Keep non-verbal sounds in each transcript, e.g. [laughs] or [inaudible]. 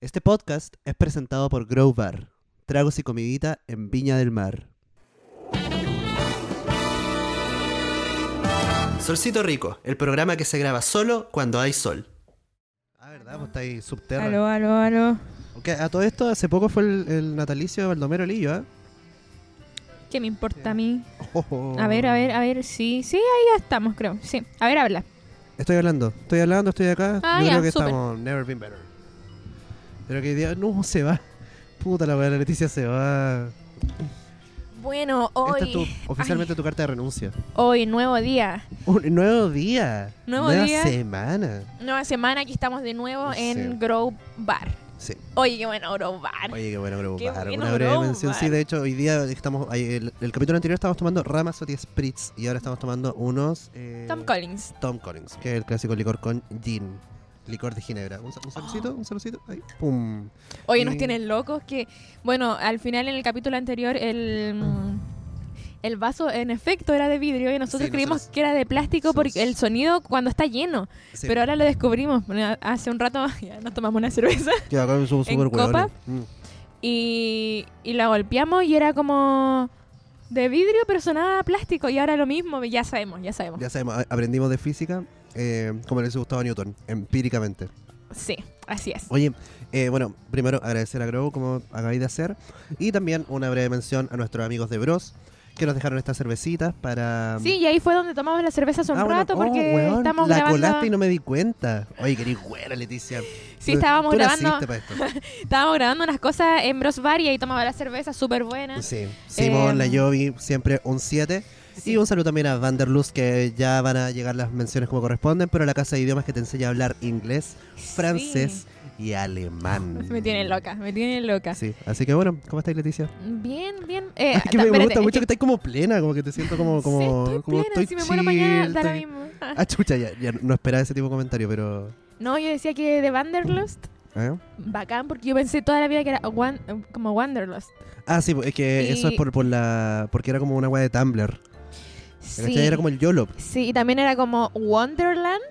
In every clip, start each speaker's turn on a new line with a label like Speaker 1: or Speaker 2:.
Speaker 1: Este podcast es presentado por Grow Bar, tragos y comidita en Viña del Mar. Solcito Rico, el programa que se graba solo cuando hay sol. Ah, ¿verdad? Pues está ahí subterra.
Speaker 2: Aló, aló, aló.
Speaker 1: Aunque a todo esto, hace poco fue el, el natalicio de Baldomero Lillo, ¿eh?
Speaker 2: ¿Qué me importa a mí?
Speaker 1: Ojo.
Speaker 2: A ver, a ver, a ver. Sí, sí, ahí ya estamos, creo. Sí. A ver, habla.
Speaker 1: Estoy hablando, estoy hablando, estoy acá.
Speaker 2: Ah,
Speaker 1: Yo
Speaker 2: ya,
Speaker 1: creo que
Speaker 2: súper.
Speaker 1: estamos never been better. Pero que hoy día no se va. Puta la weá, la Leticia se va.
Speaker 2: Bueno,
Speaker 1: Esta Este es tu, oficialmente tu carta de renuncia.
Speaker 2: Hoy, nuevo día.
Speaker 1: Un nuevo día.
Speaker 2: Nuevo
Speaker 1: nueva
Speaker 2: día.
Speaker 1: semana.
Speaker 2: Nueva semana, aquí estamos de nuevo
Speaker 1: Sí.
Speaker 2: en Grow Bar.
Speaker 1: Sí.
Speaker 2: Oye, qué bueno, Grow Bar.
Speaker 1: Oye, qué bueno, Grow
Speaker 2: Qué
Speaker 1: Bar.
Speaker 2: bueno,
Speaker 1: Una breve
Speaker 2: Grow
Speaker 1: mención.
Speaker 2: Bar.
Speaker 1: Sí, de hecho, hoy día estamos. ahí, El, el capítulo anterior estábamos tomando Ramazotti Spritz y ahora estamos tomando unos. eh,
Speaker 2: Tom Collins.
Speaker 1: Tom Collins, que es el clásico licor con gin. Licor de ginebra. Un, sa- un salucito,
Speaker 2: [gasps]
Speaker 1: un salucito. Ahí. Pum.
Speaker 2: Oye,
Speaker 1: Y-
Speaker 2: nos tienen locos que, bueno, al final en el capítulo anterior el, mm, el vaso en efecto era de vidrio y nosotros
Speaker 1: Sí,
Speaker 2: creímos
Speaker 1: nosotros-
Speaker 2: que era de plástico
Speaker 1: nosotros-
Speaker 2: porque el sonido cuando está lleno.
Speaker 1: Sí.
Speaker 2: Pero ahora lo descubrimos. Bueno, Hace un rato [laughs] ya nos tomamos una cerveza
Speaker 1: Que acá somos
Speaker 2: en
Speaker 1: súper
Speaker 2: copa.
Speaker 1: hueones. Mm.
Speaker 2: y, y la golpeamos y era como de vidrio pero sonaba a plástico y ahora lo mismo, ya sabemos, ya sabemos.
Speaker 1: Ya sabemos, a- aprendimos de física, eh, como le dice Gustavo Newton, empíricamente.
Speaker 2: Sí, así es.
Speaker 1: Oye, eh, bueno, primero agradecer a Grow, como acabáis de hacer, y también una breve mención a nuestros amigos de Bros, que nos dejaron estas cervecitas para...
Speaker 2: Sí, y ahí fue donde tomamos la cerveza hace un
Speaker 1: Ah, bueno,
Speaker 2: rato
Speaker 1: oh,
Speaker 2: porque
Speaker 1: weón,
Speaker 2: estamos
Speaker 1: La
Speaker 2: grabando.
Speaker 1: colaste y no me di cuenta. Oye, querís buena, Leticia.
Speaker 2: Sí,
Speaker 1: Tú-
Speaker 2: estábamos
Speaker 1: tú
Speaker 2: grabando.
Speaker 1: naciste pa'
Speaker 2: [laughs]
Speaker 1: esto.
Speaker 2: Estábamos grabando unas cosas en Bros Bar y ahí tomaba la cerveza súper buena.
Speaker 1: Sí, Simón, la
Speaker 2: Em.
Speaker 1: Yovi, siempre un 7. Y un saludo también a Vanderlust, que ya van a llegar las menciones como corresponden, pero la casa de idiomas que te enseña a hablar inglés, francés y alemán.
Speaker 2: Sí. [laughs] Me tiene loca, me tiene loca.
Speaker 1: Sí, así que bueno, ¿cómo estáis, Leticia?
Speaker 2: Bien, bien. Eh, [laughs]
Speaker 1: Es que
Speaker 2: ta-
Speaker 1: me,
Speaker 2: espérate,
Speaker 1: gusta
Speaker 2: es
Speaker 1: mucho que
Speaker 2: que-
Speaker 1: estáis como plena, como que te siento como. como
Speaker 2: sí, estoy
Speaker 1: como
Speaker 2: plena,
Speaker 1: estoy
Speaker 2: si me
Speaker 1: chill,
Speaker 2: muero mañana da lo
Speaker 1: estoy-
Speaker 2: mismo. Ah.
Speaker 1: Ah, chucha, ya, ya no esperaba ese tipo de comentario, pero.
Speaker 2: No, yo decía que de Wanderlust,
Speaker 1: ¿eh?
Speaker 2: bacán, porque yo pensé toda la vida que era wan- como Wanderlust.
Speaker 1: Ah, sí, es que
Speaker 2: Y-
Speaker 1: eso es por, por la. Porque era como una weá de Tumblr.
Speaker 2: Sí.
Speaker 1: ¿cachai? Era como el YOLO.
Speaker 2: Sí, y también era como Wonderland,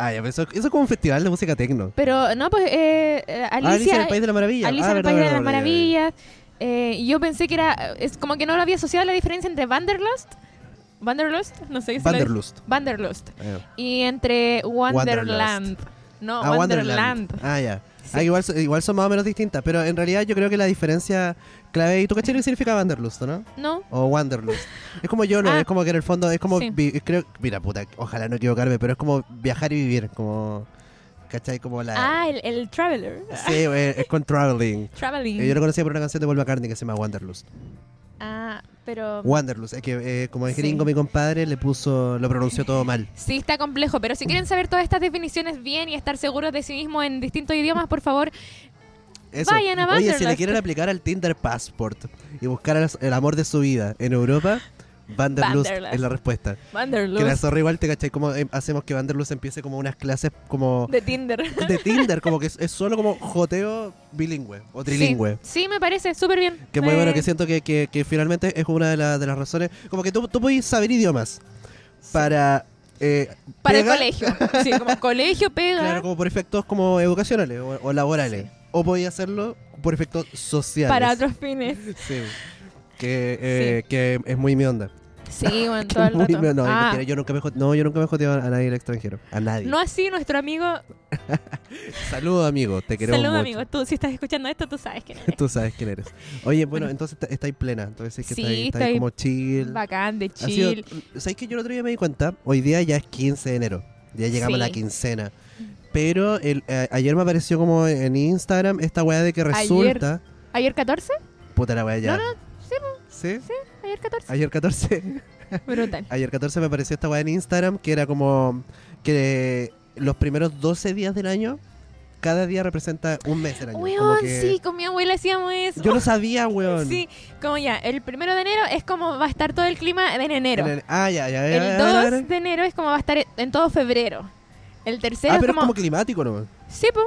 Speaker 1: Ah, ya, pero eso, eso es como un festival de música tecno.
Speaker 2: pero no, pues eh, eh,
Speaker 1: Ah, Alicia en
Speaker 2: Alicia,
Speaker 1: el País de la Maravilla.
Speaker 2: Alicia
Speaker 1: Ah,
Speaker 2: en el
Speaker 1: verdad,
Speaker 2: País de
Speaker 1: verdad,
Speaker 2: las
Speaker 1: verdad, verdad.
Speaker 2: Maravillas. Eh, y yo pensé que era, es como que no lo había asociado la diferencia entre Wanderlust, Wanderlust, no sé si lo dije.
Speaker 1: Vanderlust.
Speaker 2: Wanderlust.
Speaker 1: Eh.
Speaker 2: Y entre Wonderland. No,
Speaker 1: Ah,
Speaker 2: Wonderland.
Speaker 1: Wonderland. Ah, ya.
Speaker 2: Sí.
Speaker 1: Ah, igual, so- igual son más o menos distintas, pero en realidad yo creo que la diferencia clave. ¿Y tú caché lo que significa Vanderlust, no?
Speaker 2: No.
Speaker 1: O Wanderlust. Es como yo,
Speaker 2: Ah.
Speaker 1: es como que en el fondo es como.
Speaker 2: Sí.
Speaker 1: vi- creo, mira, puta, ojalá no equivocarme, pero es como viajar y vivir. Como. ¿Cachai? Como la.
Speaker 2: Ah, el, el Traveler.
Speaker 1: Sí, eh, es con traveling.
Speaker 2: Traveling.
Speaker 1: Eh, Yo lo conocía por una canción de Paul McCartney que se llama Wanderlust.
Speaker 2: Ah, pero.
Speaker 1: Wanderlust, es que eh, como es
Speaker 2: Sí.
Speaker 1: gringo, mi compadre le puso. Lo pronunció todo mal.
Speaker 2: Sí, está complejo, pero si quieren saber todas estas definiciones bien y estar seguros de sí mismos en distintos idiomas, por favor,
Speaker 1: Eso.
Speaker 2: Vayan a
Speaker 1: Oye, si
Speaker 2: Wanderlust.
Speaker 1: le quieren aplicar al Tinder Passport y buscar al- el amor de su vida en Europa, Wanderlust
Speaker 2: Wanderlust.
Speaker 1: es la respuesta. Que la
Speaker 2: Wanderlust
Speaker 1: zorra igual te cachai, como eh, hacemos que Wanderlust empiece como unas clases como.
Speaker 2: de Tinder.
Speaker 1: [laughs] de Tinder, como que es, es solo como joteo bilingüe o trilingüe.
Speaker 2: Sí, sí, me parece súper bien.
Speaker 1: Que muy bueno,
Speaker 2: Eh,
Speaker 1: que siento que, que- que finalmente es una de, la- de las razones. Como que tú, tú podés saber idiomas para. eh,
Speaker 2: Para
Speaker 1: pega,
Speaker 2: el colegio. Sí,
Speaker 1: [laughs]
Speaker 2: como colegio pega.
Speaker 1: Claro, como por efectos como educaciones o, o laborales. O podías hacerlo por efectos sociales.
Speaker 2: para otros fines.
Speaker 1: Sí. Que, eh, que es muy mi onda. [laughs]
Speaker 2: Sí, bueno,
Speaker 1: Que
Speaker 2: [laughs] todo
Speaker 1: es
Speaker 2: el
Speaker 1: muy
Speaker 2: rato.
Speaker 1: mi- no,
Speaker 2: Ah,
Speaker 1: mentira, yo nunca me he jot- no, yo nunca me he joteado a nadie del extranjero. A nadie.
Speaker 2: no así nuestro amigo.
Speaker 1: Saludos, amigo. Te queremos
Speaker 2: Saludos,
Speaker 1: mucho.
Speaker 2: amigo. Tú, si estás escuchando esto, tú sabes que
Speaker 1: [laughs] Tú sabes quién eres. Oye, bueno, entonces está- estáis plena. Entonces es que
Speaker 2: Sí,
Speaker 1: estáis, estáis
Speaker 2: estoy
Speaker 1: como chill.
Speaker 2: Bacán, de
Speaker 1: Ha sido-
Speaker 2: chill.
Speaker 1: ¿Sabéis que yo el otro día me di cuenta? Hoy día ya es 15 de enero. Ya llegamos a la
Speaker 2: Sí.
Speaker 1: quincena. Pero el- a- ayer me apareció como en Instagram esta weá de que resulta.
Speaker 2: ¿Ayer 14?
Speaker 1: Puta la weá ya.
Speaker 2: No, sí,
Speaker 1: ¿Sí?
Speaker 2: ¿Ayer 14?
Speaker 1: Ayer 14.
Speaker 2: Brutal.
Speaker 1: [laughs] Ayer 14 me apareció esta weá en Instagram que era como que los primeros 12 días del año, cada día representa un mes del año. Como
Speaker 2: Weón,
Speaker 1: que-
Speaker 2: sí, con mi abuela hacíamos eso.
Speaker 1: Yo no sabía, weón.
Speaker 2: Sí, como ya, el primero de enero es como va a estar todo el clima en enero.
Speaker 1: En el- ah, ya, ya, ya, ya,
Speaker 2: El
Speaker 1: ya, ya, Ah, ya.
Speaker 2: 2 de enero es como va a estar en todo febrero. El tercero
Speaker 1: Ah,
Speaker 2: es
Speaker 1: pero es
Speaker 2: como...
Speaker 1: como climático nomás.
Speaker 2: Sí, po.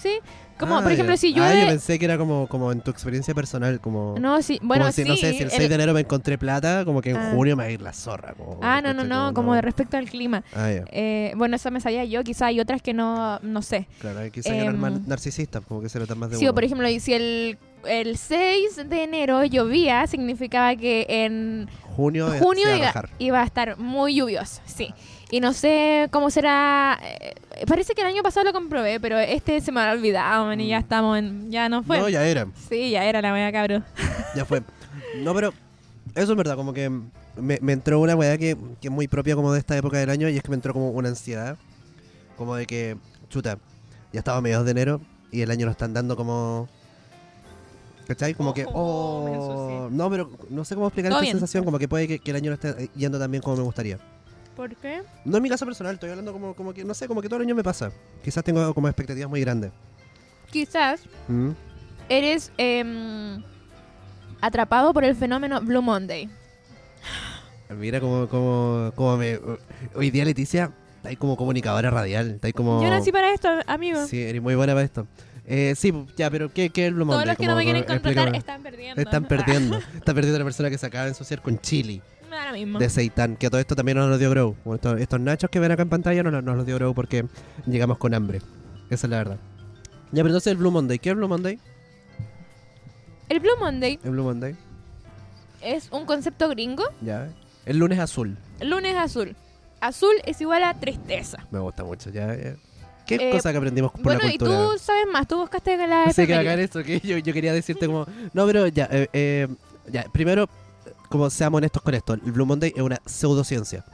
Speaker 2: Sí, como
Speaker 1: Ah,
Speaker 2: por ejemplo
Speaker 1: ya.
Speaker 2: si yo...
Speaker 1: Ah,
Speaker 2: de-
Speaker 1: yo pensé que era como, como en tu experiencia personal, como...
Speaker 2: No, sí,
Speaker 1: como
Speaker 2: bueno,
Speaker 1: si,
Speaker 2: sí.
Speaker 1: no sé, si el 6
Speaker 2: el-
Speaker 1: de enero me encontré plata, como que en
Speaker 2: Ah.
Speaker 1: junio me va a ir la zorra. como,
Speaker 2: Ah, no, no,
Speaker 1: ¿cachai?
Speaker 2: no, como de respecto al clima.
Speaker 1: Ah, ya,
Speaker 2: Eh, bueno, esa me sabía yo, quizá hay otras que no, no sé.
Speaker 1: claro, hay quizás eran
Speaker 2: Em,
Speaker 1: más narcisistas, como que se lo dan más de
Speaker 2: Sí, o
Speaker 1: uno.
Speaker 2: por ejemplo, y si el, el 6 de enero llovía, significaba que en
Speaker 1: Junio, eh,
Speaker 2: junio
Speaker 1: se va a
Speaker 2: iba,
Speaker 1: bajar.
Speaker 2: iba a estar muy lluvioso, sí. Y no sé cómo será... eh, parece que el año pasado lo comprobé, pero este se me ha olvidado, man, y ya
Speaker 1: Mm.
Speaker 2: estamos en... Ya no fue.
Speaker 1: No, ya era,
Speaker 2: Sí, ya era la wea, cabrón.
Speaker 1: ya fue. No, pero eso es verdad, como que me, me entró una weá que, que es muy propia como de esta época del año y es que me entró como una ansiedad, como de que, chuta, ya estaba a mediados de enero y el año lo están dando como... ¿Cachai? Como que,
Speaker 2: Oh, me
Speaker 1: oh, no, pero no sé cómo explicar
Speaker 2: Todo
Speaker 1: esta
Speaker 2: bien.
Speaker 1: sensación, como que puede que, que el año no esté eh, yendo tan bien como me gustaría.
Speaker 2: ¿Por qué?
Speaker 1: No en mi caso personal, estoy hablando como, como que, no sé, como que todo el año me pasa. Quizás tengo como expectativas muy grandes.
Speaker 2: Quizás
Speaker 1: ¿Mm?
Speaker 2: eres em, atrapado por el fenómeno Blue Monday.
Speaker 1: Mira como, como, como me... Hoy día Leticia, está ahí como comunicadora radial, está ahí como...
Speaker 2: Yo nací para esto, amigo.
Speaker 1: Sí, eres muy buena para esto. Eh, sí, ya, pero ¿qué, qué es el Blue
Speaker 2: Todos
Speaker 1: Monday?
Speaker 2: los que
Speaker 1: Como-
Speaker 2: no me quieren
Speaker 1: como-
Speaker 2: contratar
Speaker 1: explícame.
Speaker 2: están perdiendo.
Speaker 1: Están perdiendo.
Speaker 2: [laughs]
Speaker 1: Están perdiendo a la persona que se acaba de ensuciar con chili
Speaker 2: Ah, me da lo mismo.
Speaker 1: de seitan, que a todo esto también nos los dio Grow. Bueno, Estos, estos nachos que ven acá en pantalla no, no- nos los dio Grow porque llegamos con hambre. Esa es la verdad. Ya, pero entonces el Blue Monday, ¿qué es el Blue Monday?
Speaker 2: El Blue Monday
Speaker 1: El Blue Monday,
Speaker 2: es un concepto gringo.
Speaker 1: ya. El lunes azul,
Speaker 2: Lunes azul. Azul es igual a tristeza.
Speaker 1: me gusta mucho, ya. ya. ¿Qué
Speaker 2: Eh,
Speaker 1: cosa que aprendimos por
Speaker 2: bueno,
Speaker 1: la
Speaker 2: y
Speaker 1: cultura?
Speaker 2: tú sabes más. Tú buscaste la
Speaker 1: No sé qué
Speaker 2: efeméride.
Speaker 1: hagan esto, que yo, yo quería decirte como... No, pero ya, eh, eh, ya, primero, como seamos honestos con esto, el Blue Monday es una pseudociencia.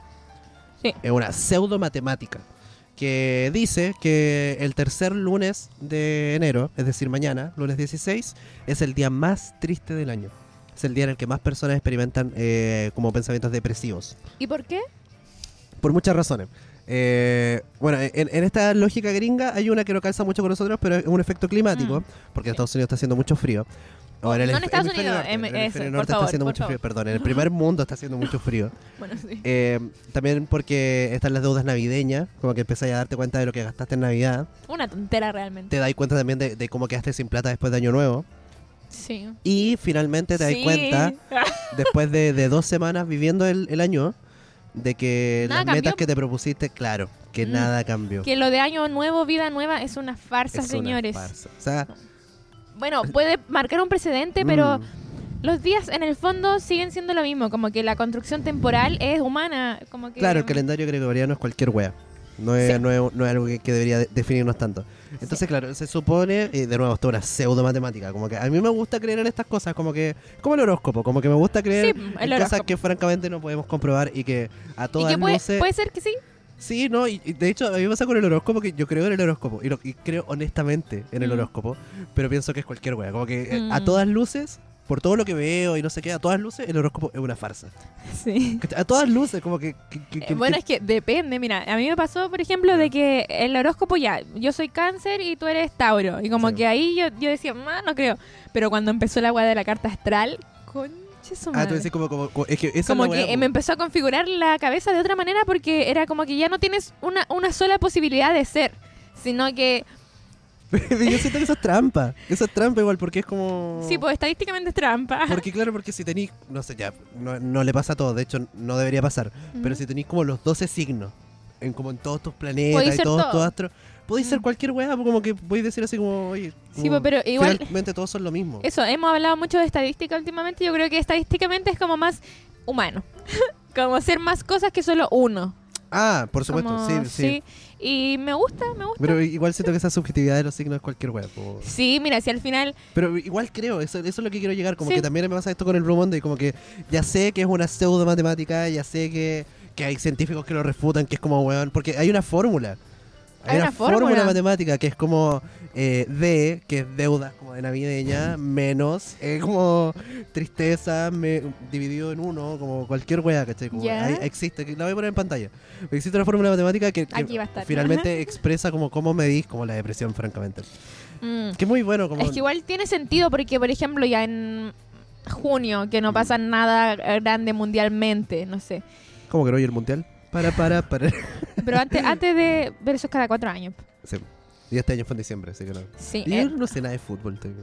Speaker 2: Sí.
Speaker 1: Es una pseudo matemática que dice que el tercer lunes de enero, es decir, mañana, lunes 16, es el día más triste del año. Es el día en el que más personas experimentan eh, como pensamientos depresivos.
Speaker 2: ¿Y por qué?
Speaker 1: Por muchas razones. Eh, bueno, en, en esta lógica gringa hay una que no calza mucho con nosotros, pero es un efecto climático,
Speaker 2: Mm.
Speaker 1: porque en Estados Unidos está haciendo mucho frío. Ahora,
Speaker 2: No en
Speaker 1: hemisferio-
Speaker 2: Estados
Speaker 1: hemisferio
Speaker 2: Unidos,
Speaker 1: norte,
Speaker 2: em-
Speaker 1: el hemisferio
Speaker 2: eso,
Speaker 1: norte
Speaker 2: por
Speaker 1: está
Speaker 2: favor,
Speaker 1: haciendo
Speaker 2: por
Speaker 1: mucho frío,
Speaker 2: favor.
Speaker 1: perdón,
Speaker 2: [laughs]
Speaker 1: en el primer mundo está haciendo mucho frío.
Speaker 2: Bueno, sí.
Speaker 1: Eh, también porque están las deudas navideñas, como que empezáis a darte cuenta de lo que gastaste en Navidad,
Speaker 2: Una tontera realmente.
Speaker 1: te dais cuenta también de, de cómo quedaste sin plata después de Año Nuevo,
Speaker 2: Sí.
Speaker 1: y finalmente te das
Speaker 2: Sí.
Speaker 1: cuenta, después de, de dos semanas viviendo el, el año, de que
Speaker 2: Nada
Speaker 1: las metas
Speaker 2: cambió.
Speaker 1: que te propusiste, claro, que
Speaker 2: Mm.
Speaker 1: nada cambió.
Speaker 2: [laughs] que lo de año nuevo, vida nueva, es una farsa,
Speaker 1: Es una
Speaker 2: señores.
Speaker 1: farsa. O sea,
Speaker 2: Bueno, puede marcar un precedente, pero
Speaker 1: mm,
Speaker 2: los días en el fondo siguen siendo lo mismo, como que la construcción temporal es humana, como que...
Speaker 1: Claro, el calendario gregoriano es cualquier wea. No es,
Speaker 2: Sí.
Speaker 1: no es- no es algo que, que debería de- definirnos tanto. Entonces, claro, se supone, y de nuevo, esto es una pseudo matemática. Como que a mí me gusta creer en estas cosas, como que, como el horóscopo, como que me gusta
Speaker 2: Sí,
Speaker 1: creer en
Speaker 2: el
Speaker 1: cosas
Speaker 2: horóscopo.
Speaker 1: que francamente no podemos comprobar y que a
Speaker 2: Y
Speaker 1: todas
Speaker 2: que puede,
Speaker 1: luces.
Speaker 2: puede ser que sí.
Speaker 1: Sí, no, y, y de hecho, a mí me pasa con el horóscopo que yo creo en el horóscopo y, lo- y creo honestamente en el
Speaker 2: Mm.
Speaker 1: horóscopo, pero pienso que es cualquier wea. Como que eh, a
Speaker 2: Mm.
Speaker 1: todas luces, por todo lo que veo y no sé qué, a todas luces, el horóscopo es una farsa.
Speaker 2: Sí.
Speaker 1: A todas luces, como que. que- que- que-
Speaker 2: Eh, bueno, es que depende, mira, a mí me pasó, por ejemplo, de que el horóscopo ya, yo soy cáncer y tú eres Tauro, y como
Speaker 1: Sí.
Speaker 2: que ahí yo, yo decía, más no creo, pero cuando empezó la agua de la carta astral, conche su
Speaker 1: Ah,
Speaker 2: madre.
Speaker 1: tú decís como, como, como- es que esa
Speaker 2: como
Speaker 1: es la
Speaker 2: que
Speaker 1: weá, [laughs]
Speaker 2: me empezó a configurar la cabeza de otra manera porque era como que ya no tienes una, una sola posibilidad de ser, sino que,
Speaker 1: Yo siento que eso es trampa. Eso es trampa igual, porque es como...
Speaker 2: sí, pues estadísticamente es trampa.
Speaker 1: Porque claro, porque si tenéis, no sé, ya, no, no le pasa a todos, de hecho no debería pasar, pero
Speaker 2: Ujú.
Speaker 1: si tenéis como los 12 signos, en como en todos tus planetas
Speaker 2: Podéis
Speaker 1: y
Speaker 2: ser
Speaker 1: todos
Speaker 2: todo.
Speaker 1: tus astros, podéis ser
Speaker 2: Mm.
Speaker 1: cualquier weá, como que podéis decir así como, oye,
Speaker 2: Sí,
Speaker 1: como,
Speaker 2: pues, pero igual-
Speaker 1: finalmente todos son lo mismo.
Speaker 2: Eso, hemos hablado mucho de estadística últimamente. Yo creo que estadísticamente es como más humano. [laughs] como ser más cosas que solo uno.
Speaker 1: Ah, por supuesto,
Speaker 2: Como,
Speaker 1: sí, sí,
Speaker 2: Y me gusta, me gusta.
Speaker 1: Pero igual siento que esa subjetividad de los signos es cualquier weá. como-
Speaker 2: Sí, mira, si al final.
Speaker 1: Pero igual creo, eso, eso es lo que quiero llegar. Como
Speaker 2: Sí.
Speaker 1: que también me pasa esto con el Blue Monday. Como que ya sé que es una pseudo matemática, ya sé que, que hay científicos que lo refutan, que es como weón. Porque hay una fórmula. Hay, una, fórmula. matemática que es como eh, D, que es deudas como de navideña, menos eh, como tristeza me, dividido en uno, como cualquier weá, ¿cachai? Como
Speaker 2: Ya.
Speaker 1: hay- existe, que la voy a poner en pantalla. Existe una fórmula matemática que, que
Speaker 2: Aquí va a estar. [laughs]
Speaker 1: finalmente expresa como cómo medís como la depresión, francamente.
Speaker 2: Mm.
Speaker 1: Que es muy bueno. Como
Speaker 2: Es que igual tiene sentido porque, por ejemplo, ya en junio,
Speaker 1: Mm.
Speaker 2: que no pasa nada grande mundialmente, no sé.
Speaker 1: ¿Cómo que no oye el mundial? Para, para, para.
Speaker 2: Pero antes, antes de. Pero eso es cada cuatro años.
Speaker 1: Sí. [laughs] Y este año fue en diciembre, así que no.
Speaker 2: Sí,
Speaker 1: Y
Speaker 2: eh,
Speaker 1: yo no sé nada de fútbol. te digo.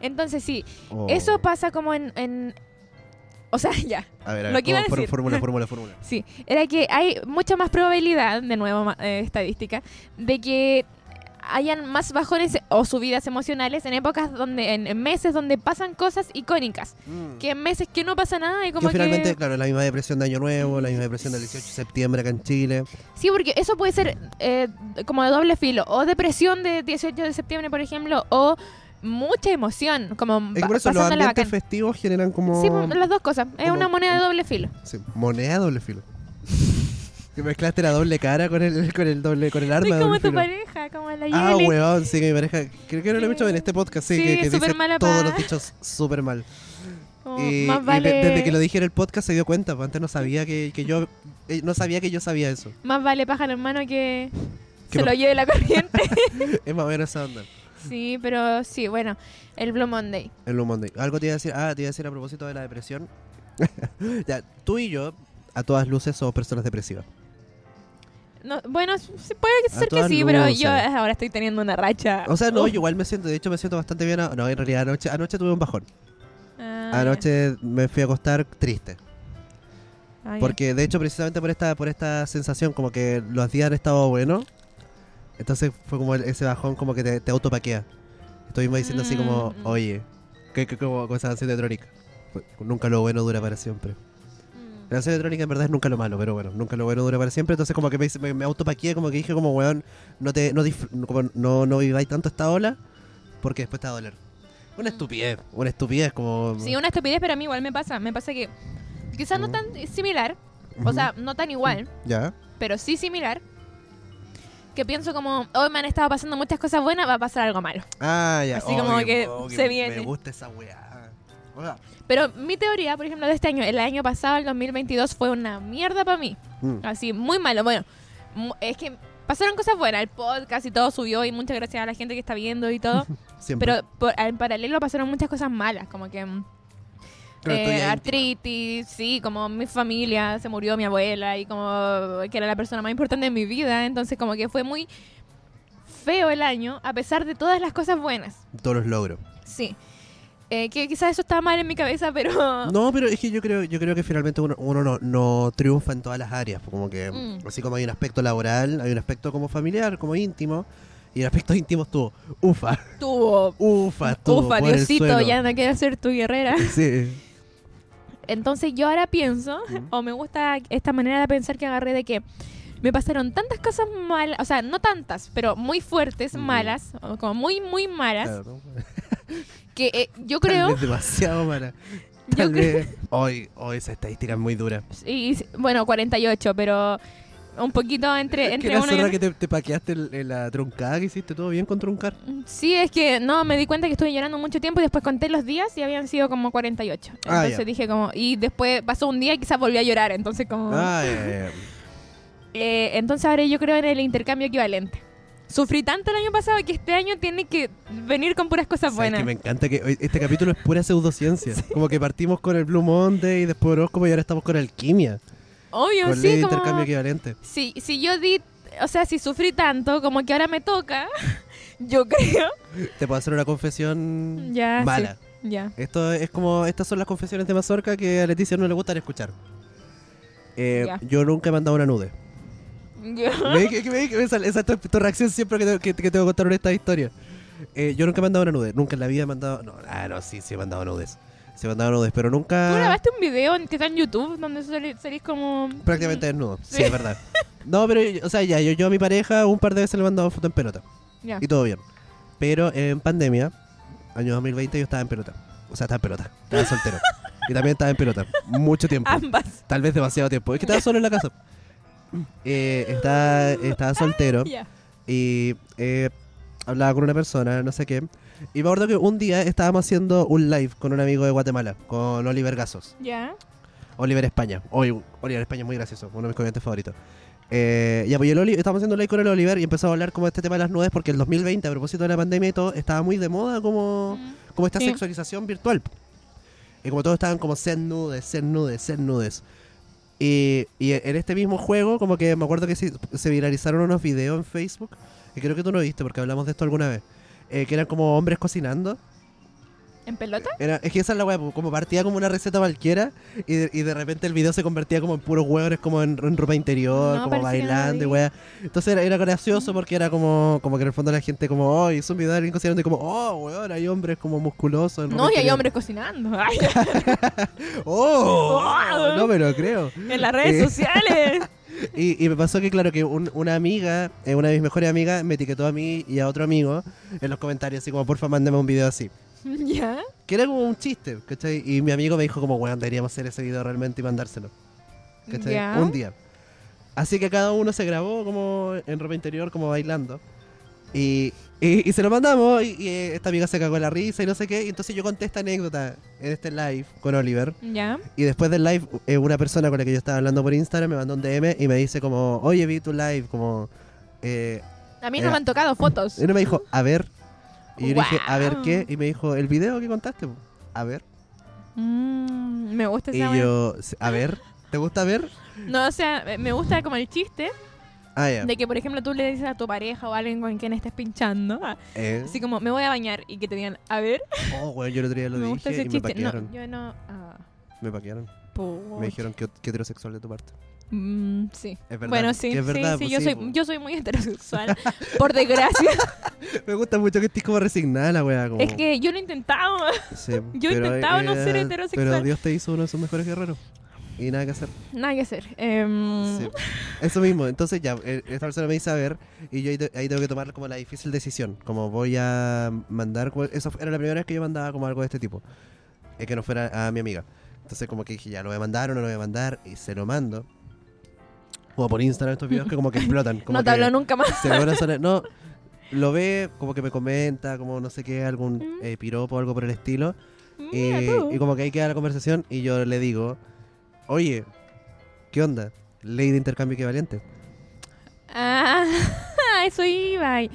Speaker 2: entonces sí,
Speaker 1: Oh.
Speaker 2: eso pasa como en, en- O sea, [laughs] ya,
Speaker 1: A ver, a ver,
Speaker 2: lo que iba a
Speaker 1: ¿cómo? Fór-
Speaker 2: decir. [laughs]
Speaker 1: Fórmula, fórmula, fórmula.
Speaker 2: sí. Era que hay mucha más probabilidad, de nuevo, ma- eh, estadística, de que hayan más bajones eh, o subidas emocionales en épocas donde, en, en meses donde pasan cosas icónicas, que en meses que no pasa nada y como
Speaker 1: que finalmente,
Speaker 2: Mm. que...
Speaker 1: claro, la misma depresión de Año Nuevo, la misma depresión del 18 de septiembre acá en Chile.
Speaker 2: Sí, porque eso puede ser eh, como de doble filo, o depresión de 18 de septiembre, por ejemplo, o mucha emoción, como
Speaker 1: Es que
Speaker 2: pa-
Speaker 1: por eso los
Speaker 2: pasándola
Speaker 1: ambientes
Speaker 2: bacán.
Speaker 1: festivos generan como.
Speaker 2: Sí, pues, las dos cosas. Es
Speaker 1: como-
Speaker 2: una moneda de doble filo.
Speaker 1: Sí, moneda doble filo. que mezclaste la doble cara con el, con el doble, con el arma.
Speaker 2: Es
Speaker 1: de
Speaker 2: como
Speaker 1: doble
Speaker 2: tu
Speaker 1: filo.
Speaker 2: pareja, como la
Speaker 1: Ah,
Speaker 2: Yeli.
Speaker 1: weón, sí, que mi pareja. Creo que no lo he dicho en este podcast, sí,
Speaker 2: Sí,
Speaker 1: que, que
Speaker 2: súper
Speaker 1: dice
Speaker 2: mala
Speaker 1: todos
Speaker 2: pa-
Speaker 1: los dichos súper mal.
Speaker 2: Como,
Speaker 1: Y, eh, y
Speaker 2: más
Speaker 1: de-
Speaker 2: vale,
Speaker 1: desde que lo dije en el podcast se dio cuenta, pues, antes no sabía que, que yo eh, no sabía que yo sabía
Speaker 2: [laughs]
Speaker 1: eso.
Speaker 2: más vale pájaro en mano que
Speaker 1: Que
Speaker 2: se
Speaker 1: no-
Speaker 2: lo lleve la [laughs] corriente.
Speaker 1: es más o menos esa onda.
Speaker 2: sí, pero sí, bueno, el Blue Monday.
Speaker 1: El Blue Monday. Algo te iba a decir, ah, te iba a decir a propósito de la depresión. [laughs] ya, tú y yo, a todas luces, somos personas depresivas.
Speaker 2: No, bueno, sí, puede
Speaker 1: A
Speaker 2: ser que
Speaker 1: todas
Speaker 2: sí, pero
Speaker 1: luces.
Speaker 2: yo eh, ahora estoy teniendo una racha.
Speaker 1: O sea, no,
Speaker 2: Uf.
Speaker 1: yo igual me siento, de hecho me siento bastante bien. a- No, en realidad anoche, anoche tuve un bajón.
Speaker 2: Ah, ya.
Speaker 1: Anoche me fui a acostar triste.
Speaker 2: Ah, ya.
Speaker 1: Porque de hecho precisamente por esta, por esta sensación, como que los días han estado buenos. Entonces fue como el- ese bajón como que te, te autopaquea. Estuvimos diciendo así como,
Speaker 2: Mm.
Speaker 1: oye, que, que como con esa canción de Trónica. Pues, Nunca lo bueno dura para siempre.
Speaker 2: Mm.
Speaker 1: La canción de Trónica en verdad es nunca lo malo, pero bueno, nunca lo bueno dura para siempre. Entonces como que me, hice- me, me autopaqueé, como que dije como, weón, no te no, disfr- como no, no viváis tanto esta ola porque después te va a doler. Una
Speaker 2: Mm.
Speaker 1: estupidez, una estupidez como...
Speaker 2: Sí, una estupidez, pero a mí igual me pasa. Me pasa que quizás no
Speaker 1: Mm.
Speaker 2: tan similar, o
Speaker 1: Ujú.
Speaker 2: sea, no tan igual,
Speaker 1: Ya.
Speaker 2: pero sí similar. Que pienso como, hoy me han estado pasando muchas cosas buenas, va a pasar algo malo.
Speaker 1: Ah, ya.
Speaker 2: Así como que se viene.
Speaker 1: Me gusta esa weá. Hola.
Speaker 2: Pero mi teoría, por ejemplo, de este año, el año pasado, el 2022, fue una mierda para mí.
Speaker 1: Mm.
Speaker 2: Así, muy malo. Bueno, mu- es que pasaron cosas buenas. El podcast y todo subió y muchas gracias a la gente que está viendo y todo.
Speaker 1: [laughs] Siempre.
Speaker 2: pero por- en paralelo pasaron muchas cosas malas, como que... mm,
Speaker 1: Claro,
Speaker 2: eh,
Speaker 1: estoy ahí
Speaker 2: artritis, sí, como mi familia, se murió mi abuela y como que era la persona más importante de mi vida, entonces como que fue muy feo el año a pesar de todas las cosas buenas,
Speaker 1: intima. Todos los logros.
Speaker 2: sí. Eh, que quizás eso estaba mal en mi cabeza, pero...
Speaker 1: No, pero es que yo creo, yo creo que finalmente uno, uno no, no triunfa en todas las áreas. pues, Como que,
Speaker 2: Mm.
Speaker 1: así como hay un aspecto laboral, hay un aspecto como familiar, como íntimo. Y el aspecto [laughs] íntimo estuvo, ufa,
Speaker 2: [laughs] Tuvo...
Speaker 1: ufa, estuvo.
Speaker 2: Ufa,
Speaker 1: por el
Speaker 2: Diosito,
Speaker 1: suelo.
Speaker 2: ya no quiero ser tu guerrera.
Speaker 1: Sí.
Speaker 2: Entonces yo ahora pienso,
Speaker 1: Mm.
Speaker 2: o me gusta esta manera de pensar que agarré de que me pasaron tantas cosas malas, o sea, no tantas, pero muy fuertes,
Speaker 1: Mm.
Speaker 2: malas, o como muy, muy malas,
Speaker 1: Claro, ¿no?
Speaker 2: que eh, yo
Speaker 1: Tal
Speaker 2: creo,
Speaker 1: vez demasiado mala.
Speaker 2: Yo
Speaker 1: Tal
Speaker 2: creo-
Speaker 1: vez. Hoy, hoy esa estadística es muy dura.
Speaker 2: y, y- bueno, 48, pero un poquito
Speaker 1: [laughs]
Speaker 2: entre,
Speaker 1: Que
Speaker 2: entre
Speaker 1: la
Speaker 2: uno y
Speaker 1: zorra
Speaker 2: otro.
Speaker 1: que te, te paqueaste el- el- la troncada que hiciste, todo bien con truncar.
Speaker 2: Sí, es que no, me di cuenta que estuve llorando mucho tiempo y después conté los días y habían sido como 48. Entonces
Speaker 1: Ah, ya.
Speaker 2: dije como, y después pasó un día y quizás volví a llorar, entonces como...
Speaker 1: [laughs] Ah, ya,
Speaker 2: [laughs]
Speaker 1: ya, ya.
Speaker 2: Eh, entonces ahora yo creo en el intercambio equivalente. Sufrí tanto el año pasado que este año tiene que venir con puras cosas
Speaker 1: ¿Sabes
Speaker 2: buenas.
Speaker 1: que me encanta que hoy- este capítulo es pura
Speaker 2: [laughs]
Speaker 1: pseudociencia. Como que partimos con el Blue Monday y después horóscopo y ahora estamos con alquimia.
Speaker 2: Obvio,
Speaker 1: con ley de
Speaker 2: sí,
Speaker 1: intercambio
Speaker 2: como...
Speaker 1: equivalente.
Speaker 2: Si, si yo di, o sea, si sufrí tanto, como que ahora me toca, [laughs] yo creo.
Speaker 1: Te puedo hacer una confesión
Speaker 2: Ya, sí.
Speaker 1: mala.
Speaker 2: Ya.
Speaker 1: Esto es como, estas son las confesiones de Mazorca que a Leticia no le gustan escuchar. Eh,
Speaker 2: Ya.
Speaker 1: Yo nunca he mandado una
Speaker 2: [laughs]
Speaker 1: nude.
Speaker 2: Yo-
Speaker 1: Ve que- que- ve que esa, esa es tu, tu reacción siempre que te- que, que tengo que contar esta historia. Eh, yo nunca he mandado una nude. Nunca en la vida he mandado. No, ah, no, sí, sí he mandado nudes. Sí he mandado nudes, pero nunca.
Speaker 2: ¿Tú grabaste un video en- que está en YouTube donde sali- salís como...
Speaker 1: Prácticamente desnudo, sí,
Speaker 2: Sí.
Speaker 1: es verdad. No, pero, o sea, ya, yo, yo a mi pareja un par de veces le he mandado foto en pelota.
Speaker 2: Ya.
Speaker 1: Y todo bien. Pero en pandemia, año 2020, yo estaba en pelota. O sea, estaba en pelota. Estaba soltero. y también estaba en pelota. Mucho tiempo.
Speaker 2: [laughs] Ambas.
Speaker 1: Tal vez demasiado tiempo. Es que estaba solo en la casa. Eh, estaba, estaba soltero
Speaker 2: Ya.
Speaker 1: y eh, hablaba con una persona, no sé qué. Y me acuerdo que un día estábamos haciendo un live con un amigo de Guatemala, con Oliver Gasos.
Speaker 2: Ya.
Speaker 1: Oliver España. Hoy, Oliver España es muy gracioso, uno de mis comediantes favoritos. Eh, ya, pues y el Oli- estábamos haciendo un live con el Oliver y empezamos a hablar como de este tema de las nudes, porque el 2020, a propósito de la pandemia y todo, estaba muy de moda como,
Speaker 2: Mm.
Speaker 1: como esta
Speaker 2: Sí.
Speaker 1: sexualización virtual. Y como todos estaban como ser nudes, ser nudes, ser nudes. Y, y en este mismo juego, como que me acuerdo que se, se viralizaron unos videos en Facebook que creo que tú no viste porque hablamos de esto alguna vez, eh, que eran como hombres cocinando.
Speaker 2: ¿En pelota?
Speaker 1: Era, es que esa es la weá, po, como partía como una receta cualquiera y de, y de repente el video se convertía como en puros hueones, como en, en ropa interior,
Speaker 2: No,
Speaker 1: como
Speaker 2: parece que no lo
Speaker 1: bailando y
Speaker 2: vi.
Speaker 1: weá. Entonces era, era gracioso porque era como, como que en el fondo la gente como, oh, hizo un video de alguien cocinando y como, oh, weón, hay hombres como musculosos. en ropa
Speaker 2: No, y hay
Speaker 1: interior".
Speaker 2: hombres cocinando. [laughs] Ay,
Speaker 1: Oh,
Speaker 2: Wow.
Speaker 1: no me lo creo.
Speaker 2: en las redes
Speaker 1: Eh. [laughs]
Speaker 2: sociales.
Speaker 1: Y, y me pasó que, claro, que un- una amiga, eh, una de mis mejores amigas, me etiquetó a mí y a otro amigo en los comentarios, así como, porfa, mándame un video así.
Speaker 2: ¿Ya?
Speaker 1: Que era como un chiste, ¿cachai? Y mi amigo me dijo como, bueno, deberíamos hacer ese video realmente y mandárselo. ¿Cachai?
Speaker 2: Ya.
Speaker 1: Un día. Así que cada uno se grabó como en ropa interior, como bailando. Y, y- y se lo mandamos y, y, eh, esta amiga se cagó la risa y no sé qué. Y entonces yo conté esta anécdota en este live con Oliver.
Speaker 2: ¿Ya?
Speaker 1: Y después del live, eh, una persona con la que yo estaba hablando por Instagram me mandó un DM y me dice como, oye, vi tu live, como... eh,
Speaker 2: A mí
Speaker 1: Era-
Speaker 2: no me han tocado fotos.
Speaker 1: y uno me dijo, a ver. Y yo le dije, a ver
Speaker 2: Guau.
Speaker 1: qué. Y me dijo, el video que contaste, po. a ver.
Speaker 2: Mm, me gusta
Speaker 1: Y
Speaker 2: esa wea.
Speaker 1: yo, a ver, ¿te gusta ver?
Speaker 2: No, o sea, eh, me gusta como el chiste
Speaker 1: Ah, ya.
Speaker 2: de que, por ejemplo, tú le dices a tu pareja o a alguien con quien estés pinchando, ah,
Speaker 1: Eh,
Speaker 2: así como, me voy a bañar y que te digan, a ver,
Speaker 1: Oh, weón, yo el otro día lo
Speaker 2: me gusta
Speaker 1: dije y
Speaker 2: ese
Speaker 1: me
Speaker 2: chiste.
Speaker 1: paquearon.
Speaker 2: No, yo no. ah,
Speaker 1: Me paquearon.
Speaker 2: puch.
Speaker 1: Me dijeron que, que heterosexual de tu parte.
Speaker 2: Mm, sí.
Speaker 1: Es verdad.
Speaker 2: Bueno, sí,
Speaker 1: que es verdad,
Speaker 2: sí,
Speaker 1: pues
Speaker 2: sí, yo,
Speaker 1: sí,
Speaker 2: soy,
Speaker 1: pues.
Speaker 2: yo soy muy heterosexual, [laughs] por
Speaker 1: [laughs]
Speaker 2: desgracia.
Speaker 1: Me gusta mucho que estés como resignada la weá. Como...
Speaker 2: es que yo lo he intentado. [laughs]
Speaker 1: Sí,
Speaker 2: yo he
Speaker 1: pero,
Speaker 2: intentado no
Speaker 1: eh,
Speaker 2: ser heterosexual.
Speaker 1: Pero Dios te hizo uno de sus mejores guerreros. Y nada que hacer.
Speaker 2: Nada que hacer. Em,
Speaker 1: Sí. pues, Mm. Eso mismo, entonces ya, eh, esta persona me dice a ver, y yo ahí, te- ahí tengo que tomar como la difícil decisión, como voy a mandar, cu- esa fu- era la primera vez que yo mandaba como algo de este tipo, eh, que no fuera a mi amiga. Entonces como que dije, ya lo voy a mandar o no lo voy a mandar, y se lo mando. Como por Instagram estos videos que como que explotan. Como
Speaker 2: [laughs] no te
Speaker 1: que
Speaker 2: hablo nunca más.
Speaker 1: se logran sonar- no, lo ve, como que me comenta, como no sé qué, algún
Speaker 2: Mm.
Speaker 1: eh, piropo o algo por el estilo. Y,
Speaker 2: Mira tú.
Speaker 1: y como que ahí queda la conversación y yo le digo, oye, ¿qué onda? Ley de intercambio equivalente.
Speaker 2: Ah, [laughs] eso iba. Y-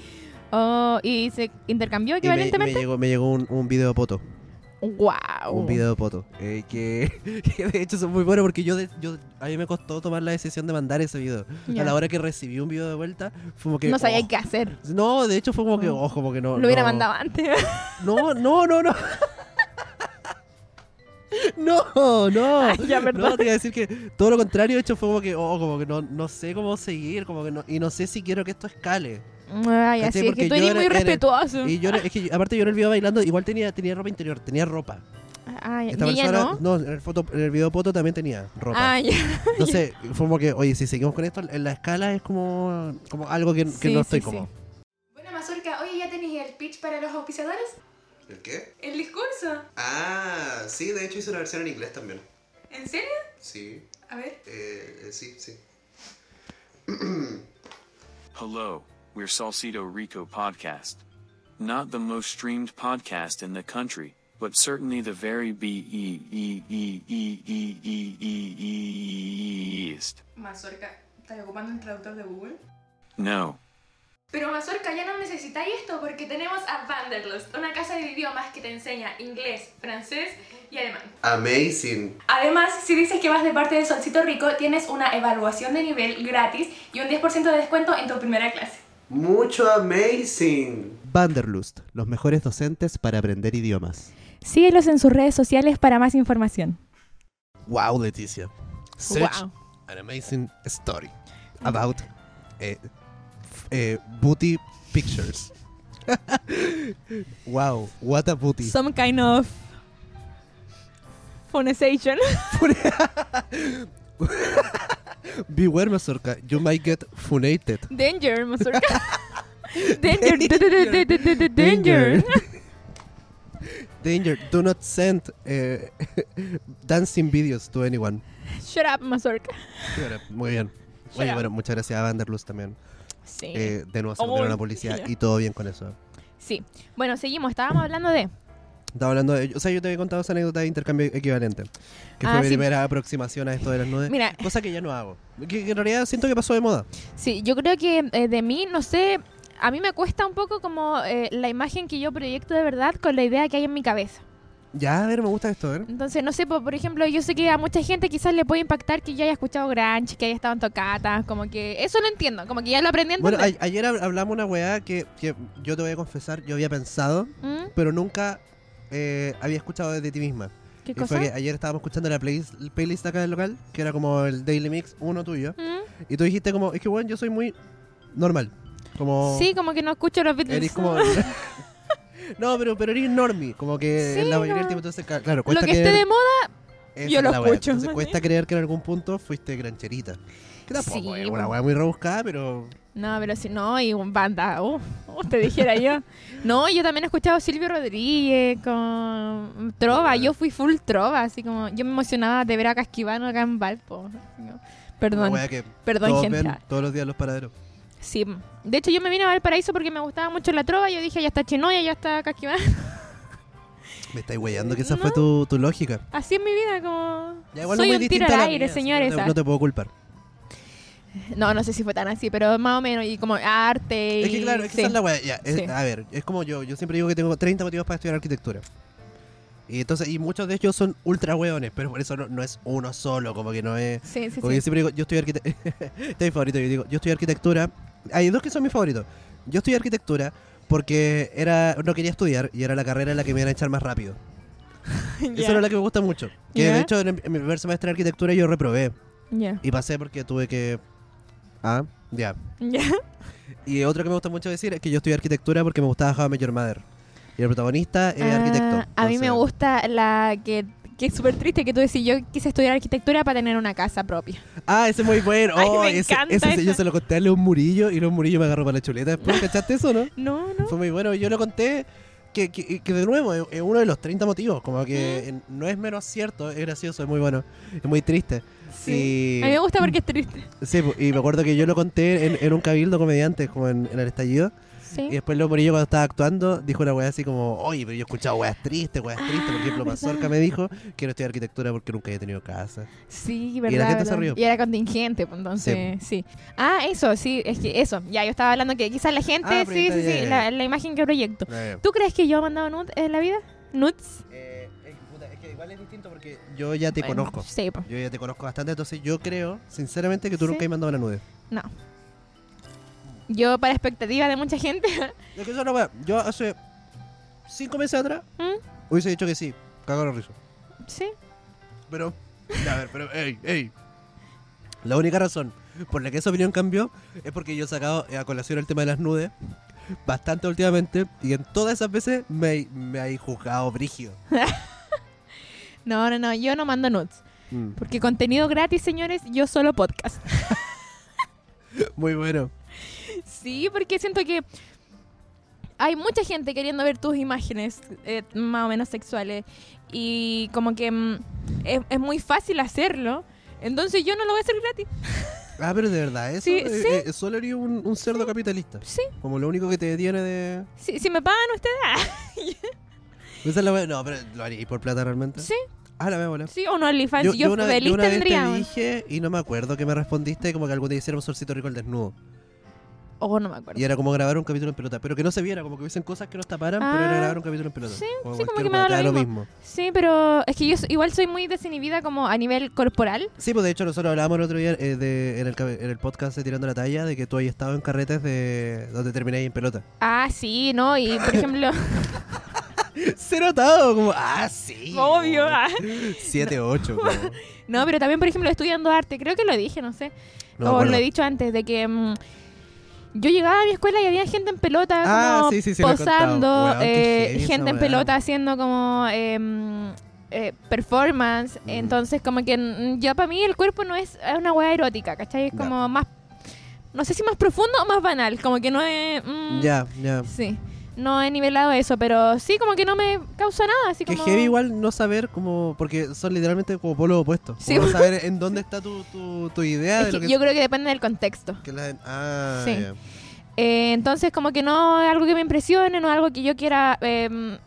Speaker 2: Oh, y se
Speaker 1: Y me,
Speaker 2: intercambió
Speaker 1: me
Speaker 2: equivalentemente. Oh.
Speaker 1: llegó, me llegó un, un video poto.
Speaker 2: wow.
Speaker 1: Un video poto. eh, que, [laughs] que de hecho es muy bueno porque yo, de- yo a mí me costó tomar la decisión de mandar ese video.
Speaker 2: Ya.
Speaker 1: A la hora que recibí un video de vuelta, fue como que...
Speaker 2: no sabía
Speaker 1: oh.
Speaker 2: qué hacer.
Speaker 1: No, de hecho fue como que,
Speaker 2: Mm.
Speaker 1: oh, como que no.
Speaker 2: lo hubiera
Speaker 1: no.
Speaker 2: mandado antes. [laughs]
Speaker 1: No, no, no, no. No, no.
Speaker 2: Ay, ya, perdón.
Speaker 1: no, te iba a decir que todo lo contrario, de hecho, fue como que, oh, como que no, no sé cómo seguir, como que no, y no sé si quiero que esto escale.
Speaker 2: Ay,
Speaker 1: ¿Cachai?
Speaker 2: así es
Speaker 1: Porque
Speaker 2: que tú
Speaker 1: yo
Speaker 2: eres
Speaker 1: era-
Speaker 2: muy
Speaker 1: era-
Speaker 2: respetuoso.
Speaker 1: Y yo, era- es que yo- aparte yo en el video bailando, igual tenía, tenía ropa interior, tenía ropa.
Speaker 2: Ay,
Speaker 1: Esta
Speaker 2: y ella
Speaker 1: persona,
Speaker 2: no.
Speaker 1: en el, foto, en el video foto también tenía ropa.
Speaker 2: Ay,
Speaker 1: Entonces, fue como que, oye, si seguimos con esto, en la escala es como, como algo que, que
Speaker 2: Sí,
Speaker 1: no
Speaker 2: sí,
Speaker 1: estoy
Speaker 2: sí.
Speaker 1: como.
Speaker 3: Bueno, Mazorca, oye, ¿ya tenéis el pitch para los auspiciadores?
Speaker 1: ¿El qué?
Speaker 3: ¿El discurso?
Speaker 1: Ah, sí, de hecho hice una versión en inglés también.
Speaker 3: ¿En serio?
Speaker 1: Sí, eh,
Speaker 3: A ver.
Speaker 1: sí, sí.
Speaker 4: Hello, we're Salcedo Rico Podcast. Not the most streamed podcast in the country, but certainly the very be e e e e e e e east.
Speaker 3: Mazorca, ¿estás ocupando el traductor de Google?
Speaker 4: No.
Speaker 3: Pero Mazorca, ya no necesitáis esto porque tenemos a Vanderlust, una casa de idiomas que te enseña inglés, francés y alemán.
Speaker 1: Amazing.
Speaker 3: Además, si dices que vas de parte de Solcito Rico, tienes una evaluación de nivel gratis y un 10% de descuento en tu primera clase.
Speaker 1: Mucho amazing. Vanderlust, los mejores docentes para aprender idiomas.
Speaker 3: Síguelos en sus redes sociales para más información.
Speaker 1: Wow, Leticia. Such
Speaker 2: wow.
Speaker 1: an amazing story about eh, f- eh, booty pictures. [laughs] wow, what a booty.
Speaker 2: Some kind of phonization.
Speaker 1: Beware, Mazorca, you might get funated.
Speaker 2: [laughs] Danger, [laughs] mazorca. Danger, d- d- d- d- d- d- danger.
Speaker 1: Danger. Do not send eh, [laughs] dancing videos to anyone.
Speaker 2: [laughs] Shut up, mazorca.
Speaker 1: Muy bien. Oye,
Speaker 2: Shut
Speaker 1: bueno, muchas gracias a Vanderlust también.
Speaker 2: Sí.
Speaker 1: Eh, de nuevo se metieron a la
Speaker 2: Oh,
Speaker 1: policía
Speaker 2: ya.
Speaker 1: y todo bien con eso.
Speaker 2: Sí. Bueno, seguimos. Estábamos hablando de.
Speaker 1: Estaba hablando de, o sea, yo te había contado esa anécdota de intercambio equivalente, que
Speaker 2: Ah,
Speaker 1: fue mi
Speaker 2: sí.
Speaker 1: primera aproximación a esto de las nudes,
Speaker 2: Mira.
Speaker 1: cosa que ya no hago, que, que en realidad siento que pasó de moda.
Speaker 2: Sí, yo creo que eh, de mí, no sé, a mí me cuesta un poco como eh, la imagen que yo proyecto de verdad con la idea que hay en mi cabeza.
Speaker 1: Ya, a ver, me gusta esto, a ver.
Speaker 2: Entonces, no sé, po, por ejemplo, yo sé que a mucha gente quizás le puede impactar que yo haya escuchado Grunge, que haya estado en tocatas, como que eso lo entiendo, como que ya lo aprendí a
Speaker 1: Bueno,
Speaker 2: entender.
Speaker 1: a- ayer hab- hablamos una weá que, que yo te voy a confesar, yo había pensado,
Speaker 2: ¿Mm?
Speaker 1: pero nunca eh, había escuchado de ti misma.
Speaker 2: ¿Qué
Speaker 1: Y fue
Speaker 2: cosa?
Speaker 1: que ayer estábamos escuchando la playlist, el playlist acá del local, que era como el Daily Mix uno tuyo.
Speaker 2: ¿Mm?
Speaker 1: Y tú dijiste como, es que bueno, yo soy muy normal. Como
Speaker 2: Sí, como que no escucho los Beatles.
Speaker 1: eres como [laughs] No, pero pero eres normie, como que
Speaker 2: Sí,
Speaker 1: la mayoría del
Speaker 2: no.
Speaker 1: tiempo entonces ca- claro,
Speaker 2: Lo
Speaker 1: cuesta
Speaker 2: que esté de
Speaker 1: creer-
Speaker 2: moda,
Speaker 1: esa
Speaker 2: yo
Speaker 1: es
Speaker 2: lo
Speaker 1: la weá.
Speaker 2: escucho.
Speaker 1: Entonces cuesta creer que en algún punto fuiste grancherita. Que tampoco
Speaker 2: Sí,
Speaker 1: es una
Speaker 2: po.
Speaker 1: weá muy rebuscada, pero
Speaker 2: No, pero si no, y un banda, uh, uh, te
Speaker 1: [laughs]
Speaker 2: dijera yo. No, yo también he escuchado a Silvio Rodríguez con Trova, yo fui full Trova, así como yo me emocionaba de ver a Casquivano acá en Valpo. No,
Speaker 1: una
Speaker 2: Perdón,
Speaker 1: weá que
Speaker 2: perdón
Speaker 1: todos
Speaker 2: gente.
Speaker 1: ven todos los días en los paraderos.
Speaker 2: Sí, de hecho yo me vine a Valparaíso porque me gustaba mucho la Trova, yo dije, ya está Chenoya, ya está Casquivano.
Speaker 1: Me estáis weyando que esa
Speaker 2: No.
Speaker 1: fue tu, tu lógica.
Speaker 2: [laughs] Así es mi vida, como...
Speaker 1: Ya, igual no
Speaker 2: Soy
Speaker 1: muy
Speaker 2: un tiro
Speaker 1: distinta a
Speaker 2: al
Speaker 1: la
Speaker 2: aire,
Speaker 1: mía, así que
Speaker 2: señores.
Speaker 1: No te, no te puedo culpar.
Speaker 2: No, no sé si fue tan así, pero más o menos, y como arte...
Speaker 1: Es que
Speaker 2: y-
Speaker 1: claro, es que
Speaker 2: sí.
Speaker 1: esa es la weá. ya, es-
Speaker 2: Sí.
Speaker 1: A ver, es como yo. Yo siempre digo que tengo 30 motivos para estudiar arquitectura. Y entonces, y muchos de ellos son ultra weones, pero por eso no, no es uno solo, como que no es.
Speaker 2: Sí, sí,
Speaker 1: Como
Speaker 2: sí. [laughs]
Speaker 1: yo siempre digo, yo estudio arquitectura. [laughs] este es mi favorito, yo digo, yo estudio arquitectura. Hay dos que son mis favoritos. Yo estudié arquitectura porque era no quería estudiar y era la carrera en la que me iban a echar más rápido.
Speaker 2: Ya,
Speaker 1: Esa era la que me gusta mucho. Que
Speaker 2: Ya.
Speaker 1: de hecho en, el- en mi primer semestre de arquitectura yo reprobé.
Speaker 2: ya,
Speaker 1: Y pasé porque tuve que. Ah, ya.
Speaker 2: ya.
Speaker 1: Y otro que me gusta mucho decir es que yo estudié arquitectura porque me gustaba How I Met Your Mother. Y el protagonista es
Speaker 2: Ah,
Speaker 1: Eh, arquitecto.
Speaker 2: A mí me
Speaker 1: Entonces,
Speaker 2: gusta la que, que es súper triste que tú decís, yo quise estudiar arquitectura para tener una casa propia.
Speaker 1: Ah, ese es muy bueno.
Speaker 2: [laughs] Ay,
Speaker 1: Oh,
Speaker 2: me
Speaker 1: ese,
Speaker 2: encanta
Speaker 1: ese se- yo
Speaker 2: esa.
Speaker 1: se lo conté a León Murillo y León Murillo me agarró para la chuleta.
Speaker 2: [laughs]
Speaker 1: Después, ¿Cachaste eso, no?
Speaker 2: No, no.
Speaker 1: Fue muy bueno. Yo lo conté que, que, que de nuevo es- es uno de los 30 motivos. Como
Speaker 2: Mm.
Speaker 1: que en- no es menos cierto, es gracioso, es muy bueno. Es muy triste.
Speaker 2: A mí
Speaker 1: Y-
Speaker 2: me gusta porque es triste.
Speaker 1: sí, pu- y me acuerdo que yo lo conté en, en un cabildo comediante, como en, en el estallido.
Speaker 2: Sí.
Speaker 1: Y después Leo Murillo cuando estaba actuando dijo una weá así como, oye, pero yo he escuchado weas tristes, weas tristes.
Speaker 2: Ah,
Speaker 1: Por ejemplo, Mazorca me dijo que no estudié arquitectura porque nunca había tenido casa.
Speaker 2: Sí, verdad.
Speaker 1: gente se
Speaker 2: verdad.
Speaker 1: rió.
Speaker 2: Y era contingente, pues, entonces, sí. Ah, eso, sí, es que eso. Ya, yo estaba hablando que quizás la gente,
Speaker 1: Ah,
Speaker 2: sí,
Speaker 1: proyecta,
Speaker 2: sí,
Speaker 1: ya,
Speaker 2: sí,
Speaker 1: ya,
Speaker 2: la, la imagen que proyecto.
Speaker 1: Eh,
Speaker 2: ¿Tú crees que yo he mandado nudes en la vida? ¿Nudes?
Speaker 1: es, que, Eh, puta, es que igual es distinto porque yo ya te
Speaker 2: Bueno,
Speaker 1: conozco.
Speaker 2: Sí, pues.
Speaker 1: Yo ya te conozco bastante, entonces yo creo, sinceramente, que tú
Speaker 2: Sí.
Speaker 1: nunca has mandado la nude.
Speaker 2: No. Yo, para expectativa de mucha gente, [laughs]
Speaker 1: Es que eso no weá. Yo hace cinco meses atrás
Speaker 2: ¿Mm?
Speaker 1: hubiese dicho que sí, cago en los rizos.
Speaker 2: sí.
Speaker 1: Pero, a ver, pero, ey, ey. La única razón por la que esa opinión cambió es porque yo he sacado a colación el tema de las nudes bastante últimamente y en todas esas veces me, me hay juzgado brígido.
Speaker 2: No, no, no, yo no mando nudes.
Speaker 1: Mm.
Speaker 2: Porque contenido gratis, señores, yo solo podcast.
Speaker 1: Muy bueno.
Speaker 2: Sí, porque siento que hay mucha gente queriendo ver tus imágenes eh, más o menos sexuales y como que mm, es, es muy fácil hacerlo. Entonces yo no lo voy a hacer gratis.
Speaker 1: Ah, pero de verdad, eso
Speaker 2: Sí,
Speaker 1: eh,
Speaker 2: sí.
Speaker 1: eh, solo eres un, un cerdo capitalista.
Speaker 2: Sí.
Speaker 1: Como lo único que te detiene de...
Speaker 2: Si, si me pagan ustedes, ah,
Speaker 1: Esa es la wea- No, pero lo haría por plata realmente.
Speaker 2: Sí.
Speaker 1: Ah, la veo,
Speaker 2: sí, o no OnlyFans, yo, feliz
Speaker 1: yo una vez
Speaker 2: tendría.
Speaker 1: te dije y no me acuerdo que me respondiste como que algún día hicieron sorcito rico el desnudo.
Speaker 2: Oh, no me acuerdo.
Speaker 1: Y era como grabar un capítulo en pelota, pero que no se viera, como que hubiesen cosas que nos taparan, pero
Speaker 2: Ah,
Speaker 1: era grabar un capítulo en pelota.
Speaker 2: sí,
Speaker 1: como
Speaker 2: sí, como
Speaker 1: cualquier
Speaker 2: que me
Speaker 1: weá,
Speaker 2: da
Speaker 1: te
Speaker 2: lo
Speaker 1: mismo.
Speaker 2: Sí, pero es que yo so- igual soy muy desinhibida como a nivel corporal.
Speaker 1: Sí, pues de hecho nosotros hablábamos el otro día eh, de- en, el, cabe- en el podcast de Tirando la Talla de que tú hayas estado en carretes de donde termináis en pelota. [laughs]
Speaker 2: Ah, sí, ¿no? Y por ejemplo,
Speaker 1: Se notado, como, ah, sí.
Speaker 2: obvio. ah.
Speaker 1: 7, 8.
Speaker 2: [laughs] No, pero también, por ejemplo, estudiando arte, creo que lo dije, no sé. o lo he dicho antes, de que mm, yo llegaba a mi escuela y había gente en pelota
Speaker 1: Ah,
Speaker 2: como
Speaker 1: sí, sí, sí, lo he contado.
Speaker 2: posando,
Speaker 1: Weón, qué
Speaker 2: eh,
Speaker 1: heavy esa
Speaker 2: gente en
Speaker 1: weá.
Speaker 2: pelota haciendo como eh, mm, eh, performance.
Speaker 1: Mm.
Speaker 2: Entonces, como que mm, ya para mí el cuerpo no es, es una hueá erótica, ¿cachai? Es
Speaker 1: Ya.
Speaker 2: como más, no sé si más profundo o más banal, como que no es... mm,
Speaker 1: Ya, ya.
Speaker 2: Sí, no he nivelado eso, pero sí, como que no me causa nada, así
Speaker 1: Que
Speaker 2: como...
Speaker 1: heavy igual no saber como, porque son literalmente como polos opuestos.
Speaker 2: Sí,
Speaker 1: Como no
Speaker 2: bueno.
Speaker 1: saber en dónde está tu, tu, tu idea
Speaker 2: Es
Speaker 1: de
Speaker 2: que
Speaker 1: lo que...
Speaker 2: yo creo que depende del contexto.
Speaker 1: que la- ah,
Speaker 2: Sí.
Speaker 1: ya.
Speaker 2: Eh, entonces, como que no es algo que me impresione, no es algo que yo quiera. eh,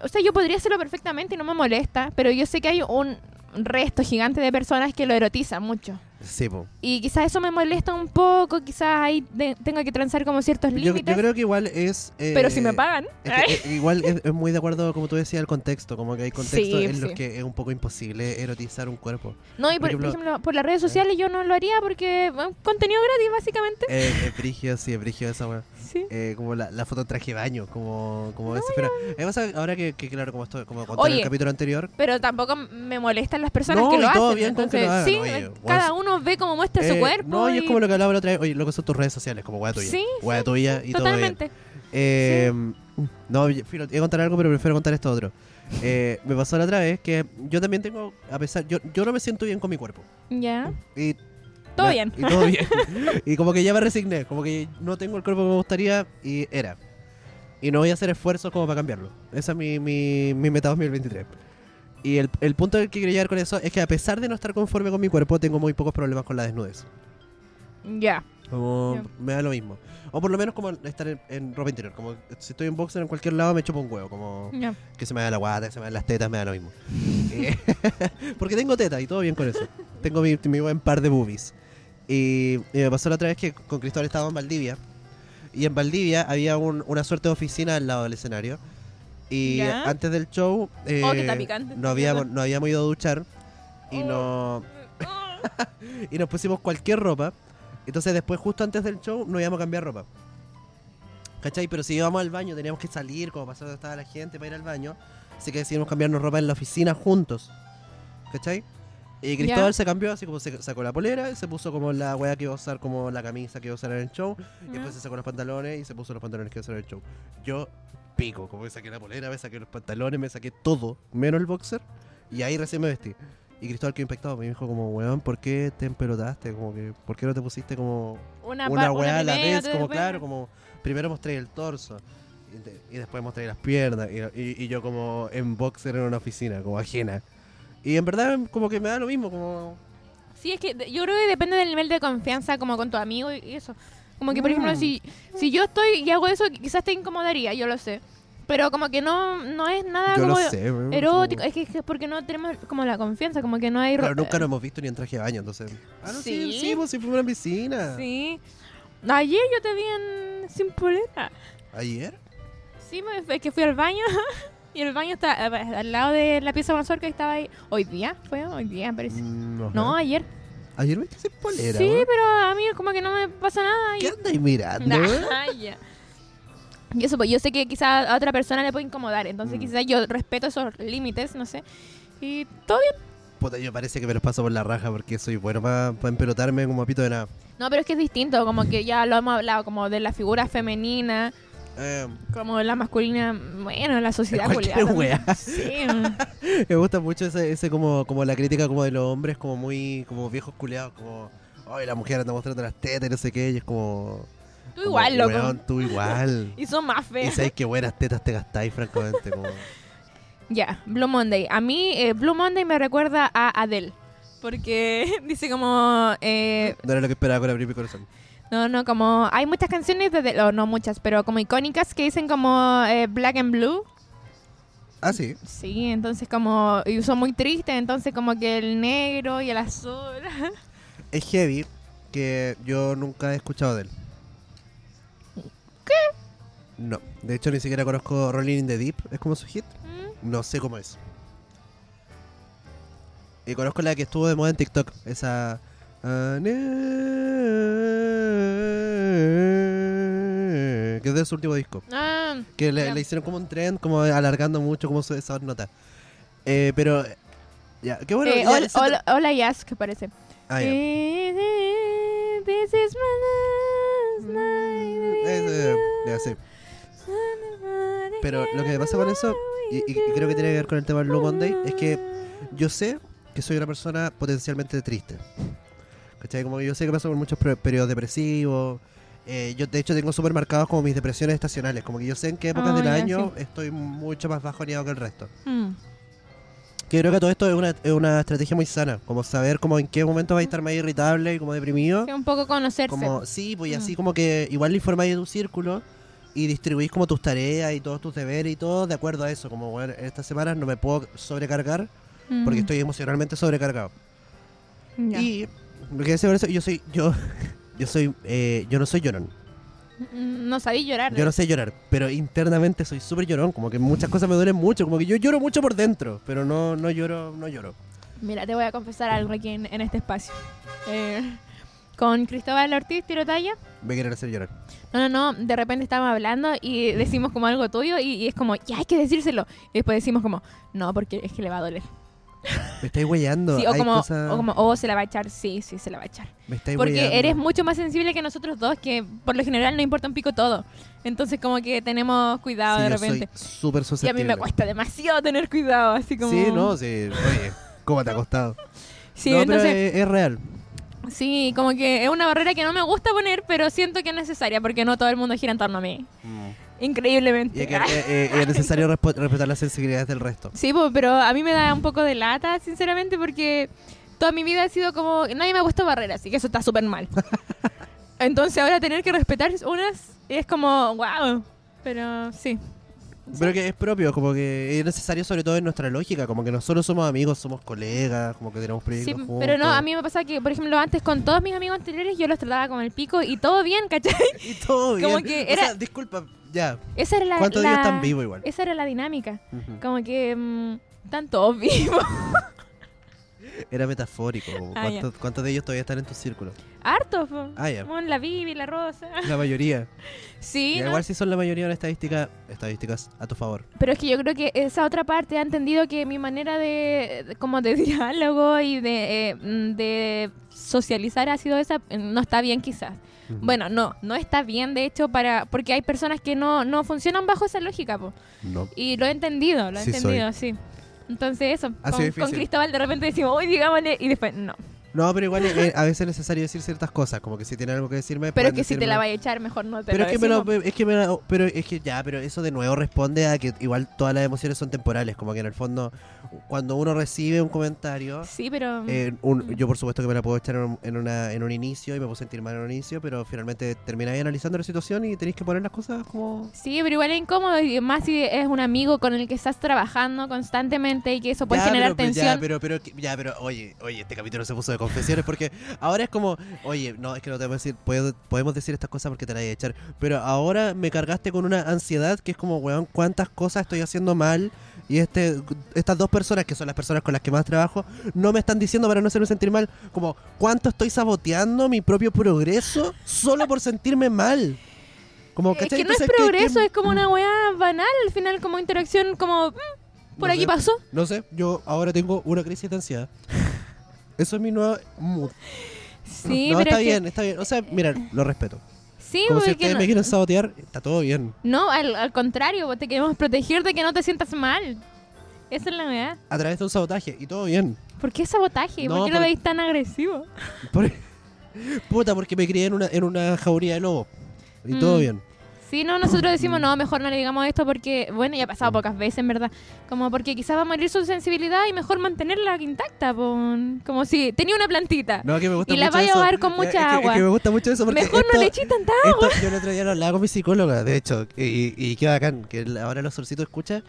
Speaker 2: o sea, yo podría hacerlo perfectamente y no me molesta, pero yo sé que hay un resto gigante de personas que lo erotizan mucho.
Speaker 1: Sí, po.
Speaker 2: Y quizás eso me molesta un poco, quizás ahí de- tengo que transar como ciertos
Speaker 1: Yo,
Speaker 2: límites.
Speaker 1: yo creo que igual es. eh,
Speaker 2: Pero si me pagan.
Speaker 1: es que, eh, igual es, es muy de acuerdo, como tú decías, al contexto. Como que hay contextos
Speaker 2: Sí, pues
Speaker 1: en los
Speaker 2: sí.
Speaker 1: que es un poco imposible erotizar un cuerpo.
Speaker 2: No, y
Speaker 1: por
Speaker 2: por, por
Speaker 1: ejemplo-
Speaker 2: ejemplo, por las redes sociales yo no lo haría porque bueno, contenido gratis, básicamente.
Speaker 1: Eh, es brígido, sí, es brígido esa weá.
Speaker 2: Sí.
Speaker 1: Eh, como la, la foto en traje de baño, como, como desespera. Además, ahora que, que claro, como esto, como conté en
Speaker 2: Ah. Oye.
Speaker 1: el capítulo anterior,
Speaker 2: Pero tampoco me molestan las personas
Speaker 1: No,
Speaker 2: que lo
Speaker 1: y todo
Speaker 2: hacen.
Speaker 1: bien con que
Speaker 2: entonces,
Speaker 1: lo hagan,
Speaker 2: sí,
Speaker 1: oye,
Speaker 2: eh,
Speaker 1: once-
Speaker 2: cada uno ve cómo muestra su
Speaker 1: Eh,
Speaker 2: cuerpo.
Speaker 1: No, y es
Speaker 2: y-
Speaker 1: como lo que hablaba la otra vez. Oye, lo que son tus redes sociales, como hueá tuya.
Speaker 2: Sí,
Speaker 1: Hueá tuya y
Speaker 2: Totalmente.
Speaker 1: todo bien. Eh, No, yo- filo, iba a contar algo, pero prefiero contar esto otro. Eh, me pasó la otra vez que yo también tengo, a pesar, yo, yo no me siento bien con mi cuerpo.
Speaker 2: Ya.
Speaker 1: Y,
Speaker 2: Todo
Speaker 1: na-
Speaker 2: bien.
Speaker 1: Y todo
Speaker 2: [laughs]
Speaker 1: bien. y como que ya me resigné, como que no tengo el cuerpo que me gustaría y era. Y no voy a hacer esfuerzos como para cambiarlo. Esa es mi, mi, mi meta 2023. Y el, el punto que quiero llegar con eso es que a pesar de no estar conforme con mi cuerpo, tengo muy pocos problemas con la desnudez.
Speaker 2: Ya.
Speaker 1: Como
Speaker 2: Ya.
Speaker 1: me da lo mismo. O por lo menos como estar en, en ropa interior. Como si estoy en boxer en cualquier lado me chupo un huevo. Como [laughs]
Speaker 2: Ya.
Speaker 1: que se me da la guata, que se me dan las tetas, me da lo mismo. Eh, [laughs] Porque tengo tetas y todo bien con eso. Tengo mi, mi buen par de boobies. Y, y me pasó la otra vez que con Cristóbal estaba en Valdivia. Y en Valdivia había un- una suerte de oficina al lado del escenario. Y
Speaker 2: Ya.
Speaker 1: antes del show eh,
Speaker 2: Oh, que está picante.
Speaker 1: no, habíamos, no habíamos ido a duchar. Y
Speaker 2: Oh.
Speaker 1: no, y nos pusimos cualquier ropa. Entonces después, justo antes del show, nos íbamos a cambiar ropa. ¿Cachai? Pero si íbamos al baño, teníamos que salir, como pasaba donde estaba la gente, para ir al baño. Así que decidimos cambiarnos ropa en la oficina juntos. ¿Cachai? Y Cristóbal
Speaker 2: Ya.
Speaker 1: se cambió, así como se sacó la polera, y se puso como la weá que iba a usar, como la camisa que iba a usar en el show. Y después se sacó los pantalones y se puso los pantalones que iba a usar en el show. Yo pico, como que saqué la polera, me saqué los pantalones, me saqué todo, menos el boxer. Y ahí recién me vestí. Y Cristóbal que impactado me dijo como, weón, ¿por qué te empelotaste? Como que, ¿por qué no te pusiste como
Speaker 2: Una,
Speaker 1: una
Speaker 2: Ah, pa-
Speaker 1: weá a la
Speaker 2: primero,
Speaker 1: vez?
Speaker 2: otra
Speaker 1: Como
Speaker 2: después.
Speaker 1: claro, como primero mostré el torso y, de- y después mostré las piernas y, y- y yo como en boxer en una oficina, como ajena. Y en verdad como que me da lo mismo, como...
Speaker 2: Sí, es que de- yo creo que depende del nivel de confianza como con tu amigo y- y eso. Como que, por ejemplo,
Speaker 1: Mm.
Speaker 2: si, si yo estoy y hago eso, quizás te incomodaría, yo lo sé. Pero como que no, no es nada
Speaker 1: yo lo
Speaker 2: Ah, como
Speaker 1: sé, weón,
Speaker 2: erótico.
Speaker 1: como-
Speaker 2: Es que es que porque no tenemos como la confianza, como que no hay... ro-
Speaker 1: Claro, nunca nos hemos visto ni en traje de baño, entonces... Ah, no, sí,
Speaker 2: eh, Sí.
Speaker 1: sí, pues sí fuimos a una piscina.
Speaker 2: Sí. Ayer yo te vi en... sin polera.
Speaker 1: ¿Ayer?
Speaker 2: Sí, me- es que fui al baño [laughs] y el baño está eh, al lado de la pieza mazorca y estaba ahí. Hoy día, fue hoy día, parece.
Speaker 1: Mm, no.
Speaker 2: No, ayer.
Speaker 1: Ayer me hice polera,
Speaker 2: sí,
Speaker 1: weón.
Speaker 2: pero a mí como que no me pasa nada.
Speaker 1: ¿Qué
Speaker 2: [laughs] Y...
Speaker 1: andáis mirando? weón?
Speaker 2: Nah, [laughs] ya. Y eso, pues yo sé que quizás a otra persona le puede incomodar, entonces
Speaker 1: Mm.
Speaker 2: quizás yo respeto esos límites, no sé. Y todo bien.
Speaker 1: Puta, yo parece que me los paso por la raja porque soy bueno para empelotarme como apito de nada.
Speaker 2: No, pero es que es distinto, como que ya lo hemos hablado, como de la figura femenina,
Speaker 1: Eh,
Speaker 2: como de la masculina, bueno, la sociedad
Speaker 1: cualquier
Speaker 2: culiada.
Speaker 1: wea.
Speaker 2: Sí.
Speaker 1: [laughs] me gusta mucho ese, ese como, como la crítica como de los hombres como muy como viejos culeados como ay la mujer anda mostrando las tetas y no sé qué y es como
Speaker 2: Tú
Speaker 1: como, [laughs]
Speaker 2: igual, loco.
Speaker 1: "Weón, tú igual
Speaker 2: [laughs] Y son más
Speaker 1: y
Speaker 2: feas.
Speaker 1: sabes qué buenas tetas te gastáis francamente como
Speaker 2: Ya, Blue Monday. A mí eh, Blue Monday me recuerda a Adele. Porque [laughs] dice como... eh,
Speaker 1: no era lo que esperaba con abrir mi corazón
Speaker 2: no, no, como... Hay muchas canciones de Adele, o no muchas, pero como icónicas que dicen como eh, Black and Blue.
Speaker 1: ah sí
Speaker 2: Sí, entonces como... Y son muy tristes, entonces como que el negro y el azul. [laughs]
Speaker 1: es heavy que yo nunca he escuchado de él ¿qué? no de hecho ni siquiera conozco Rolling in the Deep es como su hit
Speaker 2: Mm,
Speaker 1: No sé cómo es. Y conozco la que estuvo de moda en TikTok. Esa. Que es de su último disco.
Speaker 2: ah,
Speaker 1: Que le,
Speaker 2: Ya.
Speaker 1: le hicieron como un trend, como alargando mucho, como su- esas notas. Eh, pero. Ya, qué bueno.
Speaker 2: eh,
Speaker 1: ya,
Speaker 2: all,
Speaker 1: siento-
Speaker 2: All- All I Ask, parece.
Speaker 1: Ah, ya.
Speaker 2: Eh, This is my last night with
Speaker 1: Mm, Eh, eh, ya, sí.
Speaker 2: you. Somebody
Speaker 1: Pero lo que me pasa con eso, y, y- y creo que tiene que ver con el tema del Blue Monday, es que yo sé que soy una persona potencialmente triste. ¿Cachai? Como que yo sé que paso por muchos pre- periodos depresivos. eh, yo de hecho tengo súper marcados como mis depresiones estacionales. Como que yo sé en qué épocas
Speaker 2: Ah,
Speaker 1: del
Speaker 2: ya,
Speaker 1: año estoy mucho más bajoneado que el resto.
Speaker 2: Mm.
Speaker 1: Que creo que todo esto es una, es una estrategia muy sana. Como saber como en qué momento vas a estar más irritable y como deprimido.
Speaker 2: Sí, un poco conocerse.
Speaker 1: Como, sí, pues y así
Speaker 2: Mm.
Speaker 1: como que igual le informáis de tu círculo y distribuís como tus tareas y todos tus deberes y todo de acuerdo a eso. Como, bueno, estas semanas no me puedo sobrecargar
Speaker 2: Mm.
Speaker 1: porque estoy emocionalmente sobrecargado.
Speaker 2: Ya.
Speaker 1: Y Lo que hace por eso, yo soy. Yo, [laughs] yo soy. eh, yo no soy llorón.
Speaker 2: Mm, No sabí llorar.
Speaker 1: Yo no sé llorar, pero internamente soy súper llorón. Como que muchas cosas me duelen mucho. Como que yo lloro mucho por dentro, pero no, no lloro, no lloro.
Speaker 2: Mira, te voy a confesar algo aquí en, en este espacio. Eh, con Cristóbal Ortiz, Tirotalla.
Speaker 1: Me quieren hacer llorar.
Speaker 2: No, no, no. De repente estábamos hablando y decimos como algo tuyo y, y es como, ya hay que decírselo. Y después decimos como, no, porque es que le va a doler.
Speaker 1: Me estáis huellando.
Speaker 2: Sí, o,
Speaker 1: hay
Speaker 2: como,
Speaker 1: cosas-
Speaker 2: o como, oh, se la va a echar. Sí, sí, se la va a echar.
Speaker 1: me estáis
Speaker 2: Porque
Speaker 1: huellando.
Speaker 2: eres mucho más sensible que nosotros dos, que por lo general no importa un pico todo. Entonces como que tenemos cuidado
Speaker 1: Sí,
Speaker 2: de
Speaker 1: yo
Speaker 2: repente.
Speaker 1: soy súper
Speaker 2: Y a
Speaker 1: susceptible.
Speaker 2: mí me cuesta demasiado tener cuidado, así como...
Speaker 1: Sí, no, sí. Oye, ¿cómo te ha costado?
Speaker 2: [laughs] Sí,
Speaker 1: no, pero eh,
Speaker 2: entonces,
Speaker 1: es, es real.
Speaker 2: sí, como que es una barrera que no me gusta poner, pero siento que es necesaria porque no todo el mundo gira en torno a mí. Increíblemente.
Speaker 1: Y es, que, eh, eh, es necesario respo- respetar las sensibilidades del resto.
Speaker 2: [laughs] Sí, po, pero a mí me da un poco de lata, sinceramente, porque toda mi vida ha sido como... Nadie me ha puesto barreras, así que eso está
Speaker 1: [laughs]
Speaker 2: súper mal. Entonces ahora tener que respetar unas es como, wow. Pero sí.
Speaker 1: Pero que es propio, como que es necesario sobre todo en nuestra lógica, como que nosotros somos amigos, somos colegas, como que tenemos
Speaker 2: Sí,
Speaker 1: proyectos juntos.
Speaker 2: pero no, a mí me pasa que, por ejemplo, antes con todos mis amigos anteriores yo los trataba con el pico y todo bien, ¿cachai?
Speaker 1: [laughs]
Speaker 2: [laughs]
Speaker 1: Y todo
Speaker 2: como
Speaker 1: bien.
Speaker 2: que
Speaker 1: O sea,
Speaker 2: era-
Speaker 1: disculpa, ya.
Speaker 2: Esa era la...
Speaker 1: ¿Cuántos días
Speaker 2: la-
Speaker 1: están vivo igual?
Speaker 2: Esa era la dinámica.
Speaker 1: Ujú.
Speaker 2: Como que... mm, están todos [laughs] vivos.
Speaker 1: Era metafórico. como
Speaker 2: Ah, ya.
Speaker 1: ¿Cuántos, cuántos de ellos todavía están en tu círculo?
Speaker 2: Hartos. po.
Speaker 1: Ah, ya.
Speaker 2: Como la Vivi, la Rosa.
Speaker 1: La mayoría.
Speaker 2: Sí,
Speaker 1: Ya,
Speaker 2: ¿no?
Speaker 1: Igual si son la mayoría una estadística, estadísticas a tu favor.
Speaker 2: pero es que yo creo que esa otra parte ha entendido que mi manera de, de- como de [laughs] diálogo y de, eh, mm, de socializar ha sido esa, mm, no está bien quizás.
Speaker 1: Ujú.
Speaker 2: Bueno, no, no está bien de hecho para porque hay personas que no, no funcionan bajo esa lógica, po.
Speaker 1: No.
Speaker 2: Y lo he entendido, lo he
Speaker 1: Sí
Speaker 2: entendido, sí. Entonces eso,
Speaker 1: Ha sido
Speaker 2: con,
Speaker 1: difícil.
Speaker 2: con Cristóbal de repente decimos, uy, digámosle, y después no.
Speaker 1: No, pero igual eh, a veces es necesario decir ciertas cosas, como que si tienen algo que decirme.
Speaker 2: Pero es
Speaker 1: pueden
Speaker 2: que si te la
Speaker 1: decírmelo.
Speaker 2: vaya a echar, mejor no te
Speaker 1: Pero
Speaker 2: lo
Speaker 1: es que, me lo-
Speaker 2: decimos.
Speaker 1: es que me la- pero es que ya, pero eso de nuevo responde a que igual todas las emociones son temporales, como que en el fondo cuando uno recibe un comentario,
Speaker 2: Sí, Mm. pero...
Speaker 1: eh, un- yo por supuesto que me la puedo echar en un- en, una, en un inicio y me puedo sentir mal en un inicio, pero finalmente termináis analizando la situación y tenéis que poner las cosas como...
Speaker 2: Sí, pero igual es incómodo, y más si es un amigo con el que estás trabajando constantemente y que eso puede
Speaker 1: Ya,
Speaker 2: generar
Speaker 1: pero, pero-
Speaker 2: tensión.
Speaker 1: Ya pero, pero, que- ya, pero, oye, oye, este capítulo se puso de confesiones porque ahora es como, oye, no, es que no te voy a decir, puedo- podemos decir estas cosas porque te las voy a echar, pero ahora me cargaste con una ansiedad que es como, weón, cuántas cosas estoy haciendo mal y este estas dos personas, que son las personas con las que más trabajo, no me están diciendo para no hacerme sentir mal, como, cuánto estoy saboteando mi propio progreso solo por sentirme mal. Como,
Speaker 2: es
Speaker 1: ¿cachai?
Speaker 2: que no es
Speaker 1: Entonces, ¿qué- Mm. qué-
Speaker 2: progreso, es como una weá banal, al final como interacción, como mm, por
Speaker 1: no
Speaker 2: aquí
Speaker 1: sé.
Speaker 2: pasó.
Speaker 1: No sé, yo ahora tengo una crisis de
Speaker 2: [laughs]
Speaker 1: ansiedad. Eso es mi nuevo mood.
Speaker 2: Sí,
Speaker 1: no,
Speaker 2: pero
Speaker 1: está
Speaker 2: es que-
Speaker 1: bien, está bien. O sea, mira, lo respeto.
Speaker 2: Sí,
Speaker 1: Como si
Speaker 2: porque
Speaker 1: ustedes
Speaker 2: no,
Speaker 1: me quieren sabotear, está todo bien.
Speaker 2: no, al, al contrario, vos te queremos proteger de que no te sientas mal. Esa es la weá.
Speaker 1: A través de un sabotaje, y todo bien.
Speaker 2: ¿Por qué sabotaje?
Speaker 1: No,
Speaker 2: ¿Por qué
Speaker 1: por-
Speaker 2: lo veis tan agresivo?
Speaker 1: Por- [laughs] Puta, porque me crié en una, en una jauría de lobos. Y todo
Speaker 2: Mm.
Speaker 1: bien.
Speaker 2: Sí, no, nosotros decimos, no, mejor no le digamos esto porque, bueno, ya ha pasado pocas veces, en verdad. Como porque quizás va a morir su sensibilidad y mejor mantenerla intacta, pon. como si tenía una plantita.
Speaker 1: No, que me gusta
Speaker 2: Y la
Speaker 1: mucho
Speaker 2: vaya a
Speaker 1: eso.
Speaker 2: ahogar con
Speaker 1: Ya,
Speaker 2: mucha
Speaker 1: es que- es
Speaker 2: agua.
Speaker 1: que me gusta mucho eso porque
Speaker 2: mejor
Speaker 1: esto-
Speaker 2: no le eché tanta agua.
Speaker 1: Esto, yo el otro día lo hablaba con mi psicóloga, de hecho, y, y, y qué bacán, que el- ahora los solcitos escucha,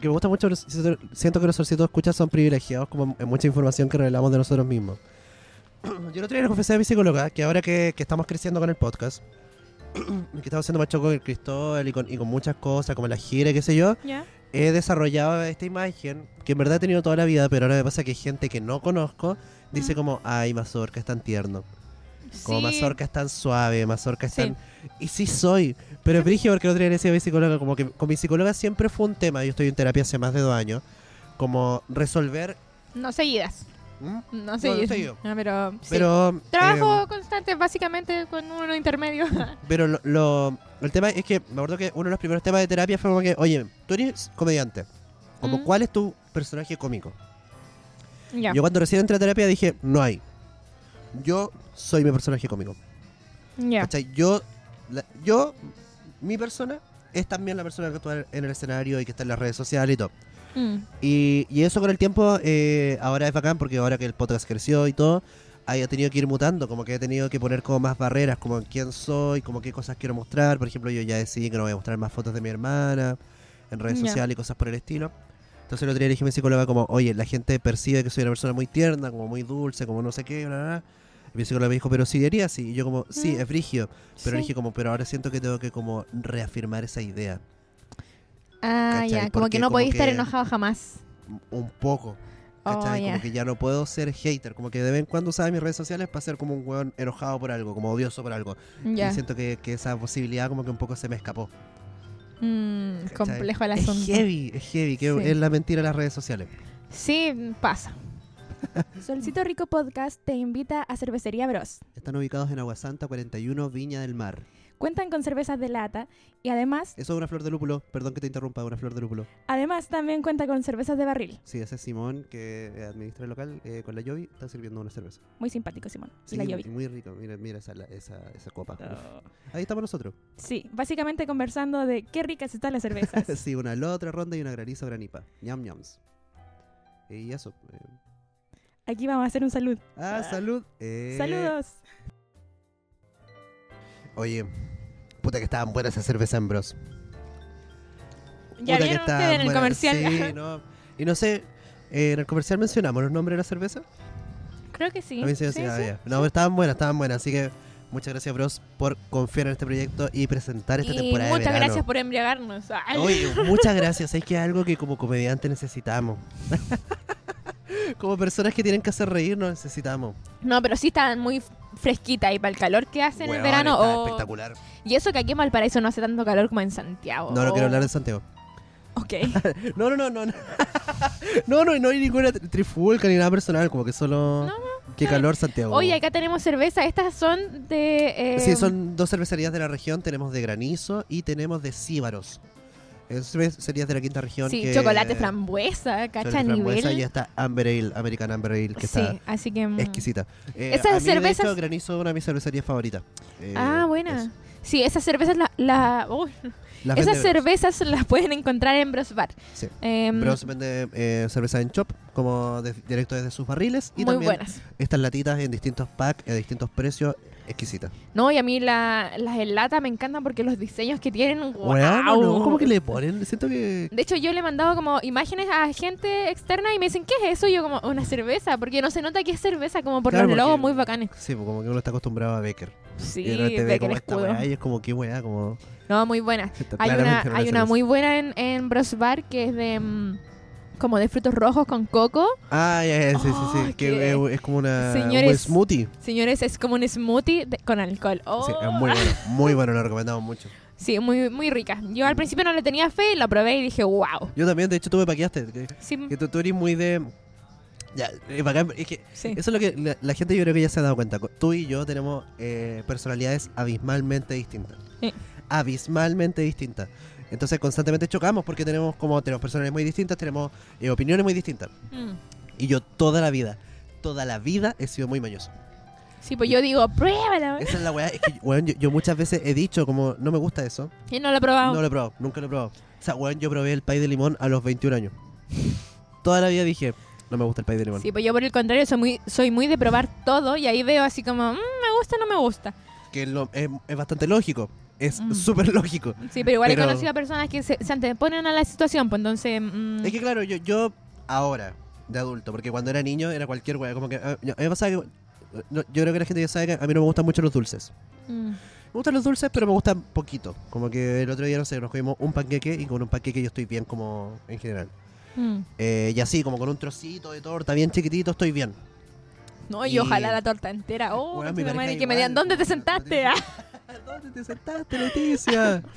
Speaker 1: que me gusta mucho, los solcitos- siento que los solcitos escucha son privilegiados como en mucha información que revelamos de nosotros mismos. [clears throat] Yo el otro día le confesé a mi psicóloga que ahora que, que estamos creciendo con el podcast, [clears throat] que estamos haciendo más choco con el Cristóbal y con, y con muchas cosas, como la gira, y qué sé yo,
Speaker 2: Ya.
Speaker 1: he desarrollado esta imagen que en verdad he tenido toda la vida, pero ahora me pasa que gente que no conozco dice como, ay, Mazorca es tan tierno. Como
Speaker 2: Sí.
Speaker 1: mazorca es tan suave, mazorca es
Speaker 2: Sí.
Speaker 1: tan... Y sí soy, pero es brígido porque el otro día le decía a mi psicóloga, como que con mi psicóloga siempre fue un tema, yo estoy en terapia hace más de dos años, como resolver...
Speaker 2: No seguidas.
Speaker 1: ¿Mm?
Speaker 2: No seguidas.
Speaker 1: seguido.
Speaker 2: No, pero, sí.
Speaker 1: Pero...
Speaker 2: Trabajo
Speaker 1: em,
Speaker 2: constante, básicamente, con uno intermedio. [laughs]
Speaker 1: pero lo, lo- el tema es que me acuerdo que uno de los primeros temas de terapia fue como que, oye, tú eres comediante, como
Speaker 2: Mm.
Speaker 1: cuál es tu personaje cómico.
Speaker 2: ya.
Speaker 1: Yo cuando recién entré a terapia dije, no hay. Yo soy mi personaje cómico.
Speaker 2: ya.
Speaker 1: ¿Cachai? Yo, la- yo, mi persona, es también la persona que actúa en el escenario y que está en las redes sociales y todo.
Speaker 2: Mm.
Speaker 1: Y, y eso con el tiempo eh, ahora es bacán porque ahora que el podcast creció y todo, haya tenido que ir mutando, como que he tenido que poner como más barreras, como en quién soy, como qué cosas quiero mostrar. Por ejemplo, yo ya decidí que no voy a mostrar más fotos de mi hermana en redes
Speaker 2: Ya.
Speaker 1: sociales y cosas por el estilo. Entonces el otro día le dije a mi psicóloga como, oye, la gente percibe que soy una persona muy tierna, como muy dulce, como no sé qué, bla, bla, bla. Y mi psicóloga me dijo, pero sí diría así. Y yo como, sí,
Speaker 2: Mm.
Speaker 1: es brigio. Pero
Speaker 2: Sí.
Speaker 1: dije como, pero ahora siento que tengo que como reafirmar esa idea.
Speaker 2: Ah,
Speaker 1: ¿Cachai?
Speaker 2: ya. Como
Speaker 1: Porque
Speaker 2: que no
Speaker 1: como
Speaker 2: podía estar
Speaker 1: que-
Speaker 2: enojado jamás.
Speaker 1: Un poco.
Speaker 2: Oh,
Speaker 1: ¿Cachai?
Speaker 2: ya.
Speaker 1: Como que ya no puedo ser hater. Como que de vez en cuando usaba mis redes sociales para ser como un weón enojado por algo, como odioso por algo.
Speaker 2: Ya.
Speaker 1: Y siento que, que esa posibilidad como que un poco se me escapó.
Speaker 2: Mm,
Speaker 1: ¿cachai?
Speaker 2: complejo el
Speaker 1: Es
Speaker 2: asunto.
Speaker 1: heavy, es heavy, que
Speaker 2: Sí.
Speaker 1: es la mentira de las redes sociales.
Speaker 2: Sí, pasa.
Speaker 5: Solcito Rico Podcast te invita a Cervecería Bros.
Speaker 1: Están ubicados en Aguasanta 41, Viña del Mar.
Speaker 5: Cuentan con cervezas de lata y además,
Speaker 1: Eso es una flor de lúpulo, perdón que te interrumpa, una flor de lúpulo.
Speaker 5: además también cuenta con cervezas de barril.
Speaker 1: Sí, ese es Simón que eh, administra el local eh, con la Yovi, está sirviendo una cerveza.
Speaker 5: Muy simpático, Simón.
Speaker 1: Sí,
Speaker 5: la Yovi.
Speaker 1: muy rico, mira, mira esa, la- esa, esa copa.
Speaker 2: Oh.
Speaker 1: Uf. Ahí estamos nosotros.
Speaker 5: Sí, básicamente conversando de qué ricas están las
Speaker 2: [laughs]
Speaker 5: cervezas.
Speaker 1: [laughs] sí, una la otra ronda y una granizo granipa. Ñam ñams. Y eso. eh.
Speaker 5: Aquí vamos a hacer un salud.
Speaker 1: Ah, salud. Eh,
Speaker 5: Saludos.
Speaker 1: Oye, puta que estaban buenas esas cervezas en bros.
Speaker 2: Ya
Speaker 1: Puta que
Speaker 2: vieron
Speaker 1: estaban
Speaker 2: ustedes en el
Speaker 1: buenas.
Speaker 2: comercial.
Speaker 5: [laughs]
Speaker 2: [laughs]
Speaker 1: Sí, no. Y no sé, eh, en el comercial mencionamos los nombres de la cerveza.
Speaker 2: Creo que sí.
Speaker 1: También se
Speaker 2: Sí,
Speaker 1: decía, ah,
Speaker 2: sí.
Speaker 1: ya. No, pero estaban buenas, estaban buenas. Así que muchas gracias, bros, por confiar en este proyecto y presentar esta
Speaker 2: Y
Speaker 1: temporada
Speaker 2: muchas
Speaker 1: de verano.
Speaker 2: gracias por embriagarnos. Ay.
Speaker 1: Oye,
Speaker 2: [laughs]
Speaker 1: muchas gracias. Es que es algo que como comediante necesitamos. [laughs] como personas que tienen que hacer reír, nos necesitamos.
Speaker 2: No, pero sí estaban muy fresquita y para el calor que hace en el
Speaker 1: Weón,
Speaker 2: verano.
Speaker 1: está
Speaker 2: oh.
Speaker 1: espectacular.
Speaker 2: Y eso que aquí en Valparaíso no hace tanto calor como en Santiago.
Speaker 1: No, no quiero
Speaker 2: Oh.
Speaker 1: hablar de Santiago. [laughs]
Speaker 2: Ok.
Speaker 1: No, no, no, no. [laughs] No, no, no, no hay ninguna tri- trifulca ni nada personal. Como que solo... Qué calor, Santiago.
Speaker 2: Oye, acá tenemos cerveza. Estas son de. eh,
Speaker 1: Sí, son dos cervecerías de la región. Tenemos de Granizo y tenemos de Cíbaros. Esas cervecerías de la quinta región.
Speaker 2: sí,
Speaker 1: que-
Speaker 2: chocolate frambuesa,
Speaker 1: Sobre
Speaker 2: cacha
Speaker 1: el frambuesa
Speaker 2: nivel.
Speaker 1: Y está Amber Ale, American Amber Ale, que
Speaker 2: sí,
Speaker 1: está
Speaker 2: así que. mm.
Speaker 1: exquisita. Eh,
Speaker 2: Esas
Speaker 1: a mí,
Speaker 2: cervezas-
Speaker 1: De hecho, Granizo es una de mis cervecerías favoritas. Eh,
Speaker 2: Ah, buena.
Speaker 1: eso.
Speaker 2: Sí, esas cervezas la, la- uy,
Speaker 1: Las
Speaker 2: esas
Speaker 1: vende Bros.
Speaker 2: cervezas las pueden encontrar en Bros Bar.
Speaker 1: Sí.
Speaker 2: Em,
Speaker 1: Bros vende eh, cerveza en chop, como de- directo desde sus barriles. Y
Speaker 2: muy
Speaker 1: también
Speaker 2: buenas.
Speaker 1: estas latitas en distintos packs, a distintos precios, exquisitas.
Speaker 2: No, y a mí la- las en lata me encantan porque los diseños que tienen, wow.
Speaker 1: Bueno, no, como que le ponen, siento que...
Speaker 2: De hecho, yo le he mandado como imágenes a gente externa y me dicen, ¿qué es eso? Y yo como, una cerveza, porque no se nota que es cerveza, como por
Speaker 1: Claro,
Speaker 2: los logos
Speaker 1: porque-
Speaker 2: muy bacanes.
Speaker 1: Sí, pues como que uno está acostumbrado a Becker.
Speaker 2: Sí,
Speaker 1: y de repente
Speaker 2: de
Speaker 1: ve
Speaker 2: que el
Speaker 1: como esta
Speaker 2: escudo.
Speaker 1: weá y es como que weá, como...
Speaker 2: No, muy buena. Hay una,
Speaker 1: claramente
Speaker 2: hay una
Speaker 1: cerveza.
Speaker 2: muy buena en, en Bros Bar que es de mm, como de frutos rojos con coco.
Speaker 1: Ah, ya, ya, sí, sí,
Speaker 2: Ay,
Speaker 1: sí. Que
Speaker 2: qué-
Speaker 1: es- es como una... Un
Speaker 2: Señores,
Speaker 1: smoothie.
Speaker 2: Señores, es como un smoothie de- con alcohol. Oh.
Speaker 1: Sí, es muy bueno, muy bueno, lo recomendamos mucho.
Speaker 2: Sí, muy, muy rica. Yo al principio no le tenía fe, la probé y dije, wow.
Speaker 1: Yo también, de hecho, tú me paqueaste. Que,
Speaker 2: Sí,
Speaker 1: que tú, tú eres muy de. Ya, eh, bacán, es que
Speaker 2: sí.
Speaker 1: eso es lo que la, la gente yo creo que ya se ha dado cuenta. Co- Tú y yo tenemos eh, personalidades abismalmente distintas.
Speaker 2: Sí.
Speaker 1: Abismalmente distintas. Entonces constantemente chocamos porque tenemos como tenemos personalidades muy distintas, tenemos eh, opiniones muy distintas.
Speaker 2: Mm.
Speaker 1: Y yo toda la vida, toda la vida he sido muy mañoso.
Speaker 2: Sí, pues yo digo, pruébala.
Speaker 1: Esa es la weá, es que weón, yo, yo muchas veces he dicho como no me gusta eso.
Speaker 2: Y no la he probado.
Speaker 1: No lo he probado, nunca lo he probado. O sea, weón, yo probé el pay de limón a los 21 años. Toda la vida dije, no me gusta el pay de limón.
Speaker 2: Sí, pues yo por el contrario soy muy, soy muy de probar todo y ahí veo así como, "Mm, me gusta, no me gusta.
Speaker 1: Que lo- es, es bastante lógico. Es
Speaker 2: Mm.
Speaker 1: súper lógico.
Speaker 2: Sí, pero igual he
Speaker 1: Pero-
Speaker 2: conocido a personas que se, se anteponen a la situación, pues entonces... mm,
Speaker 1: Es que claro, yo, yo ahora, de adulto, porque cuando era niño era cualquier weá, como que... ah, A, a mí me pasaba que- no, yo creo que la gente ya sabe que a mí no me gustan mucho los dulces.
Speaker 2: mm.
Speaker 1: Me gustan los dulces, pero me gustan poquito. Como que el otro día, no sé, nos comimos un panqueque y con un panqueque yo estoy bien como en general.
Speaker 2: Mm.
Speaker 1: Eh, y así, como con un trocito de torta bien chiquitito, estoy bien.
Speaker 2: No, y,
Speaker 1: Y-
Speaker 2: ojalá la torta entera.
Speaker 1: Weón,
Speaker 2: Oh,
Speaker 1: mi
Speaker 2: conchetumare,
Speaker 1: pareja
Speaker 2: que me
Speaker 1: igual.
Speaker 2: digan, ¿dónde te sentaste? [laughs] Ah,
Speaker 1: [laughs] ¿Dónde te sentaste, Leticia? [laughs]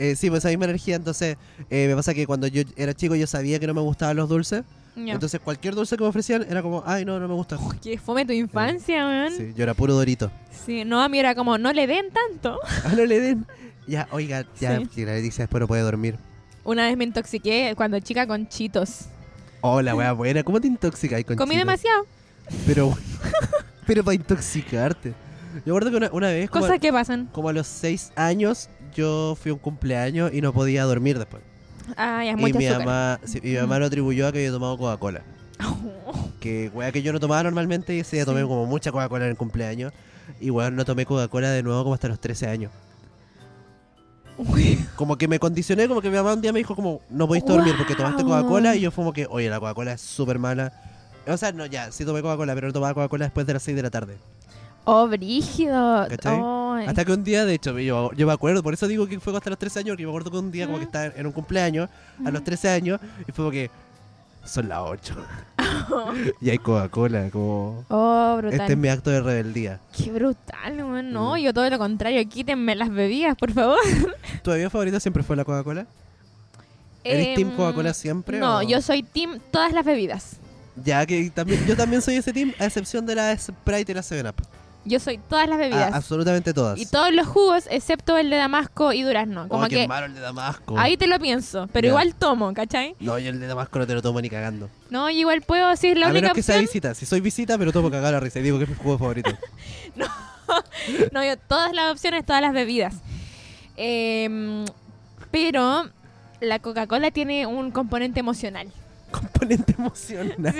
Speaker 1: Eh, sí, pues esa misma energía. Entonces, eh, me pasa que cuando yo era chico yo sabía que no me gustaban los dulces.
Speaker 2: ño.
Speaker 1: Entonces, cualquier dulce que me ofrecían era como, ay, no, no me gusta.
Speaker 2: que fome tu infancia, weón. Sí.
Speaker 1: Sí, yo era puro [laughs] dorito.
Speaker 2: no, a mí era como, no le den tanto.
Speaker 1: Ah, no le den. Ya, oiga, ya,
Speaker 2: Sí.
Speaker 1: que la Leticia después no puede dormir.
Speaker 2: Una vez me intoxiqué cuando chica con chitos.
Speaker 1: Hola, Oh, wea buena. ¿Cómo te intoxicas con
Speaker 2: Comí
Speaker 1: chitos?
Speaker 2: demasiado,
Speaker 1: Pero,
Speaker 2: [laughs]
Speaker 1: [laughs] pero para intoxicarte. Yo recuerdo que una, una vez, como,
Speaker 2: cosas que pasan.
Speaker 1: como a los seis años, yo fui a un cumpleaños y no podía dormir después.
Speaker 2: Ay, es
Speaker 1: Y
Speaker 2: Ah, mucho
Speaker 1: mi
Speaker 2: azúcar.
Speaker 1: mamá, sí, mi mamá lo atribuyó a que yo tomaba Coca-Cola. Que weá que yo no tomaba normalmente y ese día tomé
Speaker 2: Sí.
Speaker 1: como mucha Coca-Cola en el cumpleaños. Y weón, no tomé Coca-Cola de nuevo como hasta los 13 años. Como que me condicioné, como que mi mamá un día me dijo como, no podéis dormir porque tomaste
Speaker 2: Guau.
Speaker 1: Coca-Cola. Y yo fue como que, oye, la Coca-Cola es súper mala. O sea, no, ya, sí tomé Coca-Cola, pero no tomaba Coca-Cola después de las 6 de la tarde.
Speaker 2: [laughs] Oh, brígido.
Speaker 1: ¿Cachai?
Speaker 2: Oh,
Speaker 1: Hasta que un día, de hecho, yo, yo me acuerdo, por eso digo que fue hasta los 13 años, porque me acuerdo que un día como que estaba en un cumpleaños, a los 13 años, y fue como que son las
Speaker 2: [laughs]
Speaker 1: 8. y hay Coca-Cola, como...
Speaker 2: oh, brutal.
Speaker 1: Este es mi acto de rebeldía.
Speaker 2: Qué brutal, weón. No,
Speaker 1: Mm.
Speaker 2: yo todo lo contrario. Quítenme las bebidas, por favor.
Speaker 1: ¿Tu bebida favorita siempre fue la Coca-Cola? ¿Eres team
Speaker 2: Em,
Speaker 1: Coca-Cola siempre
Speaker 2: No,
Speaker 1: o-
Speaker 2: yo soy team todas las bebidas.
Speaker 1: Ya que también, yo también soy ese team, a excepción de la Sprite y la 7-Up.
Speaker 2: Yo soy todas las bebidas.
Speaker 1: absolutamente Ah, todas.
Speaker 2: y todos los jugos, excepto el de Damasco y Durazno.
Speaker 1: Oh,
Speaker 2: Como
Speaker 1: qué
Speaker 2: que
Speaker 1: malo el de Damasco.
Speaker 2: ahí te lo pienso, pero
Speaker 1: Ya.
Speaker 2: igual tomo, ¿cachai?
Speaker 1: No, yo el de Damasco no te lo tomo ni cagando.
Speaker 2: No, y igual puedo, si es la
Speaker 1: a
Speaker 2: única
Speaker 1: menos que sea
Speaker 2: opción.
Speaker 1: visita. Si soy visita, pero tomo cagado la risa y digo que es mi juego
Speaker 2: [laughs]
Speaker 1: favorito.
Speaker 2: No, yo todas las opciones, todas las bebidas. Em, pero la Coca-Cola tiene un componente emocional.
Speaker 1: Componente emocional. [laughs]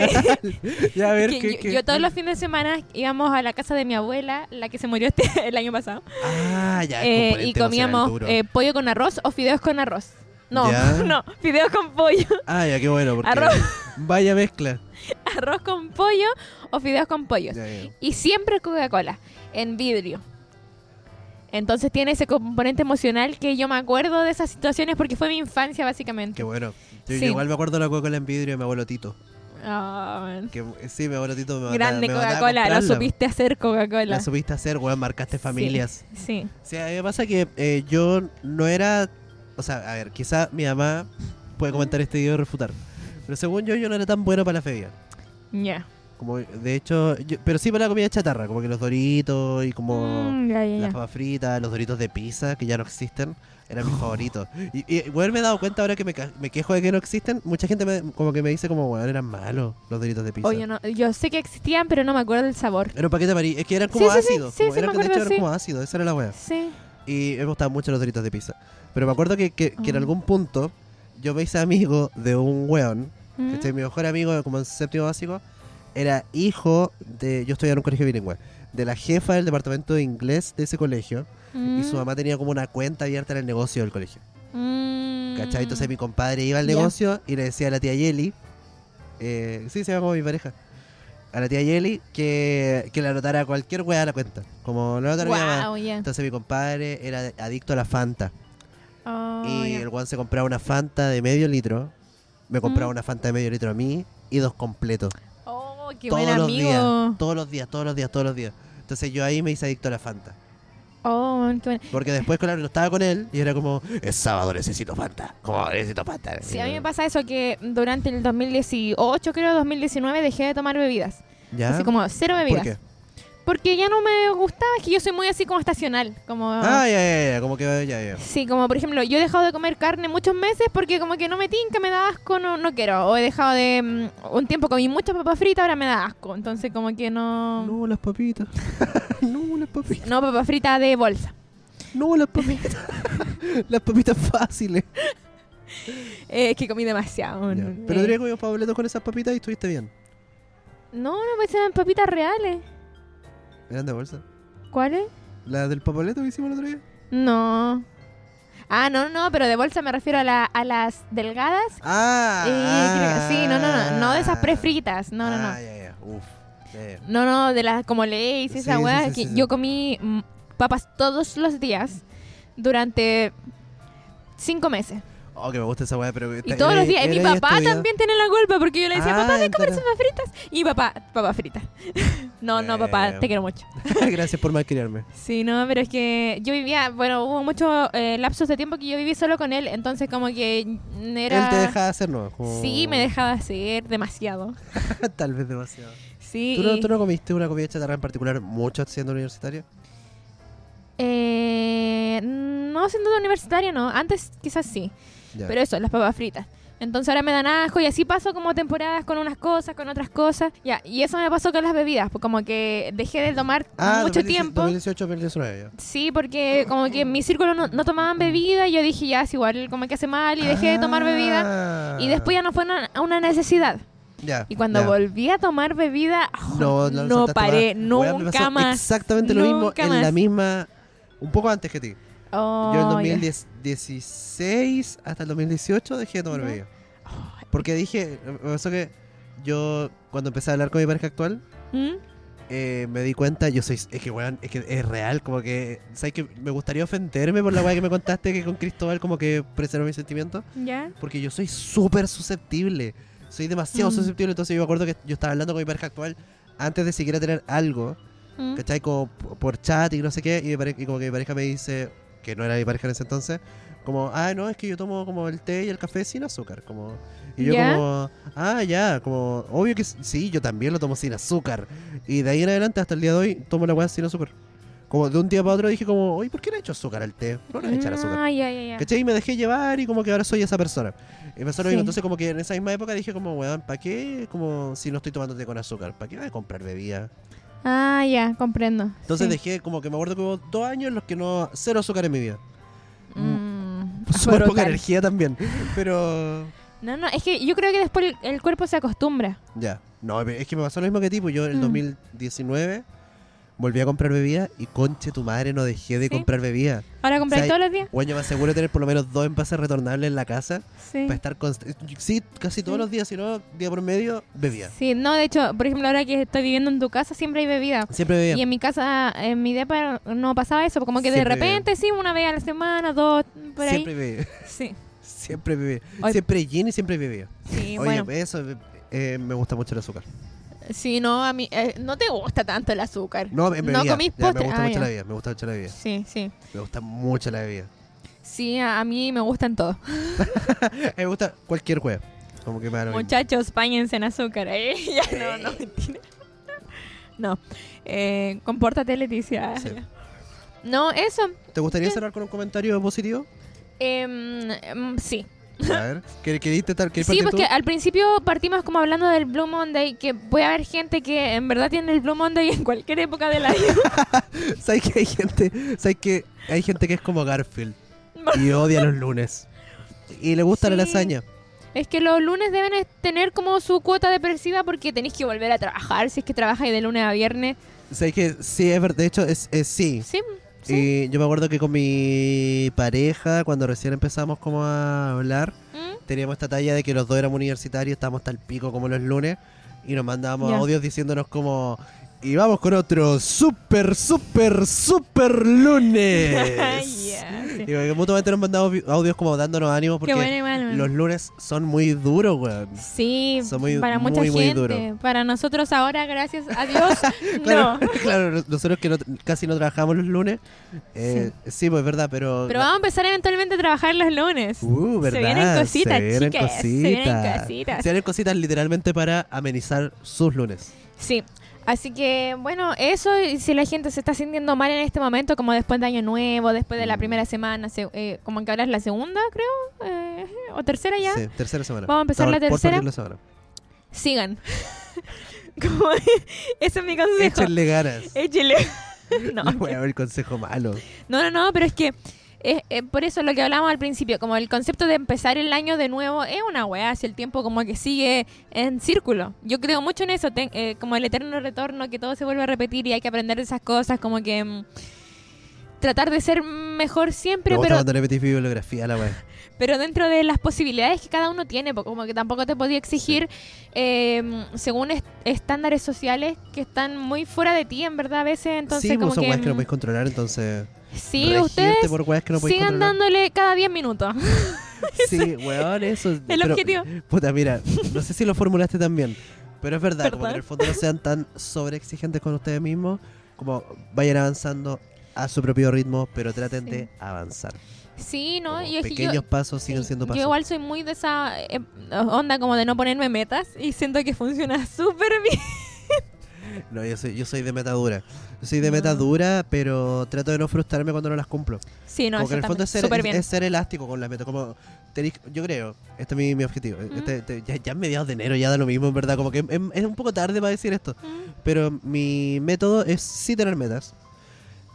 Speaker 1: ya a ver
Speaker 2: Que
Speaker 1: qué.
Speaker 2: yo,
Speaker 1: qué-
Speaker 2: yo todos los fines de semana íbamos a la casa de mi abuela, la que se murió este, [laughs] el año pasado,
Speaker 1: Ah, ya. el
Speaker 2: eh,
Speaker 1: componente
Speaker 2: y comíamos
Speaker 1: emocional duro.
Speaker 2: eh, pollo con arroz o fideos con arroz. No,
Speaker 1: Ya.
Speaker 2: [laughs] no, fideos con pollo, [laughs]
Speaker 1: ah, ya, qué bueno. Porque
Speaker 2: arroz.
Speaker 1: Vaya mezcla.
Speaker 2: arroz con pollo o fideos con pollo.
Speaker 1: Ya, ya.
Speaker 2: Y siempre Coca-Cola, en vidrio. Entonces tiene ese componente emocional que yo me acuerdo de esas situaciones porque fue mi infancia básicamente.
Speaker 1: Qué bueno. Yo
Speaker 2: Sí.
Speaker 1: igual me acuerdo de la Coca-Cola en vidrio de mi abuelo Tito.
Speaker 2: Ah, man.
Speaker 1: Que, sí, mi abuelo Tito me mandaba-
Speaker 2: Grande
Speaker 1: me mandaba a
Speaker 2: Coca-Cola, lo
Speaker 1: comprarla.
Speaker 2: supiste hacer Coca-Cola.
Speaker 1: La supiste hacer, weón, marcaste familias.
Speaker 2: Sí.
Speaker 1: Sí, a mí me pasa que eh, yo no era. O sea, a ver, quizá mi mamá puede comentar este video y refutar. Pero según yo, yo no era tan bueno para la feria.
Speaker 2: Ya.
Speaker 1: Como, de hecho, yo- pero sí para la comida chatarra, como que los doritos y como
Speaker 2: Mm, ya, ya, ya.
Speaker 1: las papas fritas, los doritos de pizza, que ya no existen, eran
Speaker 2: Oh.
Speaker 1: mis favoritos. Y, y weón, me he dado cuenta ahora que me, ca- me quejo de que no existen, mucha gente me- como que me dice como, weón, eran malos los doritos de pizza.
Speaker 2: Oye, no, yo sé que existían, pero no me acuerdo del sabor.
Speaker 1: Era un paquete amarillo, es que eran como
Speaker 2: Sí, sí, sí,
Speaker 1: ácidos,
Speaker 2: sí,
Speaker 1: como-
Speaker 2: sí,
Speaker 1: eran,
Speaker 2: me
Speaker 1: de hecho,
Speaker 2: acuerdo,
Speaker 1: eran
Speaker 2: sí.
Speaker 1: como ácidos, esa era la wea.
Speaker 2: Sí.
Speaker 1: Y me gustaban mucho los doritos de pizza. Pero me acuerdo que, que- que en
Speaker 2: Ah.
Speaker 1: algún punto yo me hice amigo de un weón,
Speaker 2: Mm.
Speaker 1: ¿cachai? Mi mejor amigo, como en séptimo básico, era hijo de. Yo estoy en un colegio bilingüe. De la jefa del departamento de inglés de ese colegio. Y su
Speaker 2: Mm.
Speaker 1: mamá tenía como una cuenta abierta en el negocio del colegio.
Speaker 2: Mm.
Speaker 1: ¿Cachai? Entonces mi compadre iba al
Speaker 2: Ya.
Speaker 1: negocio y le decía a la tía Yeli, eh, sí, se llama como mi pareja, a la tía Yeli que, que le anotara cualquier weá a la cuenta. Como lo anotara mi mamá.
Speaker 2: Guau, ya.
Speaker 1: Entonces mi compadre era adicto a la Fanta.
Speaker 2: Oh,
Speaker 1: y
Speaker 2: ya.
Speaker 1: el Juan se compraba una Fanta de medio litro. Me compraba
Speaker 2: Mm.
Speaker 1: una Fanta de medio litro a mí y dos completos.
Speaker 2: Oh, qué
Speaker 1: todos
Speaker 2: buen
Speaker 1: los
Speaker 2: amigo.
Speaker 1: días. Todos los días, todos los días, todos los días. Entonces yo ahí me hice adicto a la Fanta.
Speaker 2: Oh, man, qué buen-
Speaker 1: Porque después, claro, no estaba con él y era como, es sábado, necesito Fanta. Como, necesito Fanta.
Speaker 2: Sí, a mí me pasa eso que durante el 2018, creo 2019, dejé de tomar bebidas.
Speaker 1: ¿Ya?
Speaker 2: Así como cero bebidas.
Speaker 1: ¿Por qué?
Speaker 2: Porque ya no me gustaba, es que yo soy muy así como estacional. Como...
Speaker 1: Ah, ya, ya, ya, como que ya, ya.
Speaker 2: Sí, como por ejemplo, yo he dejado de comer carne muchos meses porque como que no me tinca, me da asco, no, no quiero. O he dejado de... mm, un tiempo comí muchas papas fritas, ahora me da asco. Entonces como que no... No,
Speaker 1: No, las papitas. [laughs] no, las papitas.
Speaker 2: papas fritas de bolsa.
Speaker 1: No, las [laughs] papitas. las papitas fáciles.
Speaker 2: Eh, es que comí demasiado.
Speaker 1: Ya.
Speaker 2: ¿no?
Speaker 1: Pero
Speaker 2: Eh,
Speaker 1: diría que comimos pabletos con esas papitas y estuviste bien.
Speaker 2: No, no, pues eran papitas reales.
Speaker 1: Eran de bolsa.
Speaker 2: ¿Cuáles?
Speaker 1: ¿La del papeleto que hicimos el otro día?
Speaker 2: No. Ah, no, no, pero de bolsa me refiero a, la- a las delgadas.
Speaker 1: Ah.
Speaker 2: Eh, creo- sí, no, no, no, no de esas prefritas. No, no, no.
Speaker 1: Ah, ya, ya. Uf. eh. ya, ya.
Speaker 2: No, no, de las como leis,
Speaker 1: Sí,
Speaker 2: esa
Speaker 1: sí,
Speaker 2: weá.
Speaker 1: sí,
Speaker 2: que
Speaker 1: sí, sí.
Speaker 2: Yo comí mm, papas todos los días durante cinco meses.
Speaker 1: Oh, que me gusta esa weá, pero.
Speaker 2: Y todos los días. Y mi papá también tiene la culpa porque yo le
Speaker 1: Ah,
Speaker 2: decía, papá,
Speaker 1: de comer
Speaker 2: papas fritas. Y papá, papas fritas. [laughs] no, no, papá, te quiero mucho.
Speaker 1: [laughs] Gracias por malcriarme.
Speaker 2: Sí, no, pero es que yo vivía, bueno, hubo muchos eh, lapsos de tiempo que yo viví solo con él, entonces como que mm, era...
Speaker 1: Él te deja Oh. hacer, ¿no? Como-
Speaker 2: Sí, me dejaba hacer demasiado.
Speaker 1: [laughs] Tal vez demasiado.
Speaker 2: Sí.
Speaker 1: ¿Tú no,
Speaker 2: y-
Speaker 1: tú no comiste una comida chatarra en particular mucho siendo universitario?
Speaker 2: Eh, no siendo universitaria, no. Antes quizás sí.
Speaker 1: Ya.
Speaker 2: Pero eso, las papas fritas. Entonces ahora me dan asco y así paso como temporadas con unas cosas, con otras cosas. Ya, y eso me pasó con las bebidas, pues como que dejé de tomar
Speaker 1: Ah,
Speaker 2: mucho
Speaker 1: 2018,
Speaker 2: tiempo.
Speaker 1: 2018, 2019. ya.
Speaker 2: Sí, porque como que en mi círculo no, no tomaban bebida y yo dije, ya, es igual, como que hace mal y dejé de tomar bebida. Y después ya no fue una, una necesidad.
Speaker 1: Ah, Ya,
Speaker 2: Y cuando
Speaker 1: ya.
Speaker 2: volví a tomar bebida, ah,
Speaker 1: No,
Speaker 2: no,
Speaker 1: no, saltaste
Speaker 2: paré
Speaker 1: más. Weón, me
Speaker 2: nunca
Speaker 1: pasó
Speaker 2: más.
Speaker 1: Exactamente lo mismo
Speaker 2: Nunca
Speaker 1: en
Speaker 2: más.
Speaker 1: la misma. Un poco antes que ti.
Speaker 2: Oh,
Speaker 1: Yo en
Speaker 2: ya.
Speaker 1: 2016 hasta el 2018 dejé de tomar
Speaker 2: Ya.
Speaker 1: bebida. Porque dije, me pasó que yo cuando empecé a hablar con mi pareja actual,
Speaker 2: ¿Mm?
Speaker 1: eh, me di cuenta, yo soy, es que weón, es que es real, como que, ¿sabes que Me gustaría ofenderme por la weá que me contaste que con Cristóbal como que preservo mis sentimientos,
Speaker 2: ¿Ya?
Speaker 1: porque yo soy súper susceptible, soy demasiado
Speaker 2: Mm.
Speaker 1: susceptible, entonces yo me acuerdo que yo estaba hablando con mi pareja actual antes de siquiera tener algo,
Speaker 2: Mm.
Speaker 1: ¿cachai? Como p- por chat y no sé qué, y, mi pare- y como que mi pareja me dice, que no era mi pareja en ese entonces, como, ah, no, es que yo tomo como el té y el café sin azúcar, como... Y yo
Speaker 2: ¿Ya?
Speaker 1: como, ah, ya, como, obvio que s- sí, yo también lo tomo sin azúcar. Y de ahí en adelante hasta el día de hoy tomo la weá sin azúcar. Como de un día para otro dije como, oye, ¿por qué le he hecho azúcar al té? No le voy a echar azúcar.
Speaker 2: Ah, ya, ya, ya.
Speaker 1: ¿Cachai? Y me dejé llevar y como que ahora soy esa persona. Y me pasó lo
Speaker 2: Sí.
Speaker 1: mismo. Entonces como que en esa misma época dije como, weón, ¿para qué? Como si no estoy tomando té con azúcar, ¿para qué voy a comprar bebida?
Speaker 2: Ah, ya, comprendo.
Speaker 1: Entonces
Speaker 2: Sí.
Speaker 1: dejé como que me acuerdo que hubo dos años en los que no, cero azúcar en mi vida.
Speaker 2: Mm,
Speaker 1: Súper poca
Speaker 2: brutal.
Speaker 1: energía también. Pero...
Speaker 2: No, no, es que yo creo que después el, el cuerpo se acostumbra.
Speaker 1: Ya. No, es que me pasó lo mismo que tipo. Yo en el
Speaker 2: Mm.
Speaker 1: 2019 volví a comprar bebida y conche tu madre no dejé de
Speaker 2: Sí.
Speaker 1: comprar bebida.
Speaker 2: ¿Ahora compráis
Speaker 1: O sea,
Speaker 2: todos los días?
Speaker 1: Bueno, yo me aseguro de tener por lo menos dos envases retornables en la casa
Speaker 2: Sí.
Speaker 1: para estar const- Sí, casi todos
Speaker 2: Sí.
Speaker 1: los días, si no, día por medio, bebía.
Speaker 2: Sí, no, de hecho, por ejemplo, ahora que estoy viviendo en tu casa siempre hay bebida.
Speaker 1: Siempre bebía.
Speaker 2: Y en mi casa, en mi depa no pasaba eso, como que
Speaker 1: Siempre
Speaker 2: de repente sí, una vez a la semana, dos, por ahí.
Speaker 1: Siempre bebía. [laughs]
Speaker 2: Sí,
Speaker 1: Siempre bebía.
Speaker 2: Oye.
Speaker 1: Siempre gin y siempre bebía. Oye,
Speaker 2: sí,
Speaker 1: pues.
Speaker 2: bueno.
Speaker 1: eso eh, me gusta mucho el azúcar.
Speaker 2: Sí, no, a mí eh, no te gusta tanto el azúcar.
Speaker 1: No, en bebida.
Speaker 2: comís
Speaker 1: Ya,
Speaker 2: postre.
Speaker 1: me gusta
Speaker 2: Ah,
Speaker 1: mucho
Speaker 2: ya.
Speaker 1: la bebida. Me gusta mucho la bebida.
Speaker 2: Sí, sí.
Speaker 1: Me gusta mucho la bebida.
Speaker 2: Sí, a, a mí me gustan todos.
Speaker 1: me gusta cualquier juego. Como que me da lo mismo.
Speaker 2: Muchachos, páñense en azúcar. ¿eh? [laughs] Ya no, no, mentira. No. Eh, compórtate, Leticia.
Speaker 1: Sí.
Speaker 2: No, eso.
Speaker 1: ¿Te gustaría
Speaker 2: ¿Qué?
Speaker 1: cerrar con un comentario positivo?
Speaker 2: em, em, sí.
Speaker 1: A
Speaker 2: [laughs]
Speaker 1: ver, ¿quer- ¿queréis intentar? ¿Queréis
Speaker 2: Sí,
Speaker 1: partir
Speaker 2: pues porque
Speaker 1: tú?
Speaker 2: al principio partimos como hablando del Blue Monday, que puede haber gente que en verdad tiene el Blue Monday en cualquier época del [laughs] año.
Speaker 1: ¿Sabes que hay gente? ¿Sabes que hay gente que es como Garfield
Speaker 2: [laughs]
Speaker 1: y odia los lunes? Y le gusta la
Speaker 2: Sí.
Speaker 1: lasaña.
Speaker 2: es que los lunes deben es- tener como su cuota depresiva porque tenéis que volver a trabajar si es que trabajáis de lunes a viernes.
Speaker 1: ¿Sabes que sí, es verdad? De hecho, es, es sí.
Speaker 2: Sí,
Speaker 1: Y yo me acuerdo que con mi pareja, cuando recién empezamos como a hablar,
Speaker 2: ¿Mm?
Speaker 1: teníamos esta talla de que los dos éramos universitarios, estábamos tal pico como los lunes, y nos mandábamos
Speaker 2: Ya.
Speaker 1: audios diciéndonos como... Y vamos con otro super, super, super
Speaker 2: [laughs]
Speaker 1: lunes.
Speaker 2: Ya, sí.
Speaker 1: Y que mutuamente nos mandamos vi- audios como dándonos ánimo porque
Speaker 2: Qué bueno, igual.
Speaker 1: los lunes son muy duros, weón.
Speaker 2: Sí,
Speaker 1: Son muy-
Speaker 2: para mucha
Speaker 1: muy, muy
Speaker 2: gente.
Speaker 1: duro.
Speaker 2: Para nosotros ahora, gracias a Dios,
Speaker 1: [laughs] Claro,
Speaker 2: no.
Speaker 1: claro, nos- nosotros que no- casi no trabajamos los lunes. eh, sí. pues es verdad, pero.
Speaker 2: Pero vamos a empezar eventualmente a trabajar los lunes.
Speaker 1: Uh,
Speaker 2: Se
Speaker 1: ¿verdad?
Speaker 2: vienen cositas,
Speaker 1: se vienen
Speaker 2: chicas,
Speaker 1: Cositas.
Speaker 2: se vienen cositas.
Speaker 1: Se vienen cositas literalmente para amenizar sus lunes.
Speaker 2: Sí. Así que, bueno, eso, y si la gente se está sintiendo mal en este momento, como después de Año Nuevo, después de la
Speaker 1: Mm.
Speaker 2: primera semana, se- eh, como que ahora es la segunda, creo, eh, o tercera ya,
Speaker 1: Sí, tercera semana.
Speaker 2: Vamos a empezar
Speaker 1: Estamos
Speaker 2: la
Speaker 1: por
Speaker 2: tercera.
Speaker 1: partir la
Speaker 2: [laughs]
Speaker 1: semana.
Speaker 2: sigan. [laughs] Como- ese es mi consejo.
Speaker 1: Échenle ganas. [laughs]
Speaker 2: Échele. [laughs] no,
Speaker 1: No, weón, el consejo malo.
Speaker 2: No, no, no, Eh, pero es que eh, eh, por eso lo que hablábamos al principio, como el concepto de empezar el año de nuevo es una weá, si el tiempo como que sigue en círculo. Yo creo mucho en eso, ten- eh, como el eterno retorno, que todo se vuelve a repetir y hay que aprender de esas cosas, como que mm, tratar de ser mejor siempre,
Speaker 1: Me gusta
Speaker 2: pero,
Speaker 1: cuando le metís bibliografía a la weá.
Speaker 2: pero dentro de las posibilidades que cada uno tiene, po- como que tampoco te podía exigir eh, mm, según est- estándares sociales que están muy fuera de ti, en verdad, a veces, entonces
Speaker 1: Sí,
Speaker 2: como
Speaker 1: pues son weas que no
Speaker 2: mm,
Speaker 1: podéis controlar, entonces.
Speaker 2: Sí,
Speaker 1: regirte
Speaker 2: ustedes
Speaker 1: por weas que no podéis
Speaker 2: sigan
Speaker 1: controlar.
Speaker 2: dándole cada 10 minutos. [laughs]
Speaker 1: Sí, weón, eso. El
Speaker 2: objetivo.
Speaker 1: Puta, mira, no sé si lo formulaste también, pero es verdad, como que en
Speaker 2: Perdón.
Speaker 1: el fondo no sean tan sobreexigentes con ustedes mismos, como vayan avanzando a su propio ritmo, pero traten
Speaker 2: Sí.
Speaker 1: de avanzar.
Speaker 2: Sí, ¿no?
Speaker 1: Como
Speaker 2: Y es que
Speaker 1: Oh, pequeños
Speaker 2: yo,
Speaker 1: pasos siguen siendo
Speaker 2: yo
Speaker 1: pasos.
Speaker 2: igual soy muy de esa eh, onda como de no ponerme metas y siento que funciona [laughs] súper bien.
Speaker 1: No, yo soy, yo soy de metadura. Yo soy de
Speaker 2: Ah.
Speaker 1: metadura, pero trato de no frustrarme cuando no las cumplo.
Speaker 2: Sí, no,
Speaker 1: como que en
Speaker 2: eso
Speaker 1: el fondo
Speaker 2: también,
Speaker 1: es ser,
Speaker 2: súper
Speaker 1: es-
Speaker 2: bien.
Speaker 1: es ser elástico con las metas. Como tenéis, yo creo, este es mi, mi objetivo. Este- este- ya, ya en mediados de enero ya da lo mismo, en verdad. Como que em- em- es un poco tarde para decir esto.
Speaker 2: Mm.
Speaker 1: Pero mi método es sí tener metas,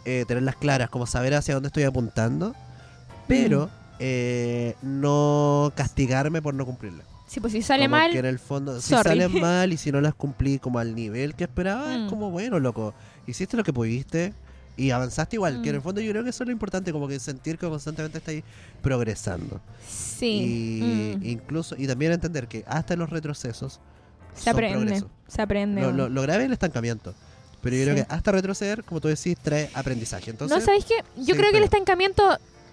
Speaker 1: eh, tenerlas claras, como saber hacia dónde estoy
Speaker 2: Mm.
Speaker 1: apuntando, pero eh, no castigarme por no cumplirlas.
Speaker 2: Sí, pues si sale
Speaker 1: Como
Speaker 2: mal,
Speaker 1: que en el fondo, si
Speaker 2: sorry. [laughs]
Speaker 1: salen mal y si no las cumplí como al nivel que esperaba,
Speaker 2: Mm.
Speaker 1: es como bueno, loco, hiciste lo que pudiste y avanzaste igual. Que en el
Speaker 2: Mm.
Speaker 1: fondo yo creo que eso es lo importante, como que sentir que constantemente estáis progresando.
Speaker 2: sí.
Speaker 1: Y
Speaker 2: Mm.
Speaker 1: incluso, y también entender que hasta los retrocesos
Speaker 2: se
Speaker 1: son
Speaker 2: aprende,
Speaker 1: progreso.
Speaker 2: se aprende.
Speaker 1: Lo,
Speaker 2: bueno.
Speaker 1: lo- lo grave es el estancamiento. Pero yo creo
Speaker 2: Sí.
Speaker 1: que hasta retroceder, como tú decís, trae aprendizaje. Entonces,
Speaker 2: no sabéis que yo
Speaker 1: sí,
Speaker 2: creo que el
Speaker 1: pero-
Speaker 2: estancamiento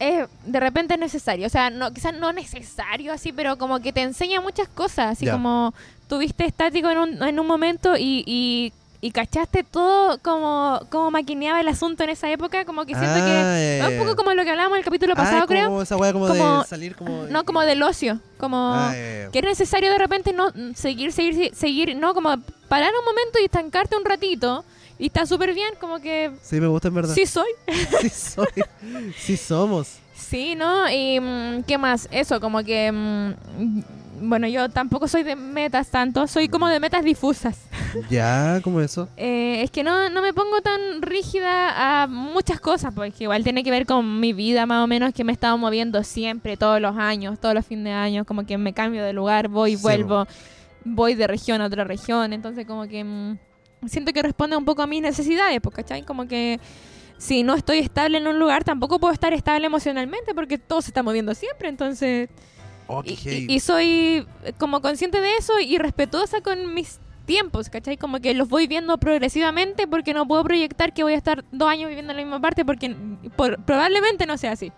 Speaker 2: es de repente es necesario, o sea, no, quizás no necesario así, pero como que te enseña muchas cosas, así
Speaker 1: Ya.
Speaker 2: como tuviste estático en un, en un momento y, y- y cachaste todo como, como maquineaba el asunto en esa época, como que siento que
Speaker 1: Ah,
Speaker 2: un poco
Speaker 1: eh.
Speaker 2: como lo que hablábamos en el capítulo
Speaker 1: Ah,
Speaker 2: pasado,
Speaker 1: como
Speaker 2: creo,
Speaker 1: esa wea como,
Speaker 2: como-
Speaker 1: de salir como...
Speaker 2: no como del ocio, como
Speaker 1: Ah, eh.
Speaker 2: que es necesario de repente no mm, seguir, seguir, se- seguir, no como parar un momento y estancarte un ratito y está súper bien, como que
Speaker 1: Sí, me gusta en verdad.
Speaker 2: [laughs] sí soy.
Speaker 1: Sí soy. sí somos.
Speaker 2: Sí, ¿no? ¿Y mm, qué más? Eso, como que... mm, bueno, yo tampoco soy de metas tanto, soy como de metas difusas.
Speaker 1: Ya, como eso.
Speaker 2: Eh, es que no, no me pongo tan rígida a muchas cosas, porque igual tiene que ver con mi vida más o menos, que me he estado moviendo siempre, todos los años, todos los fines de año, como que me cambio de lugar, voy y
Speaker 1: Sí,
Speaker 2: vuelvo, voy de región a otra región, entonces como que mm, siento que responde un poco a mis necesidades, pues, ¿cachai? Como que si no estoy estable en un lugar, tampoco puedo estar estable emocionalmente, porque todo se está moviendo siempre, entonces
Speaker 1: Oh, qué
Speaker 2: y,
Speaker 1: heavy.
Speaker 2: y- y soy eh, como consciente de eso y respetuosa con mis tiempos, ¿cachai? Como que los voy viendo progresivamente porque no puedo proyectar que voy a estar dos años viviendo en la misma parte porque n- por- probablemente no sea así.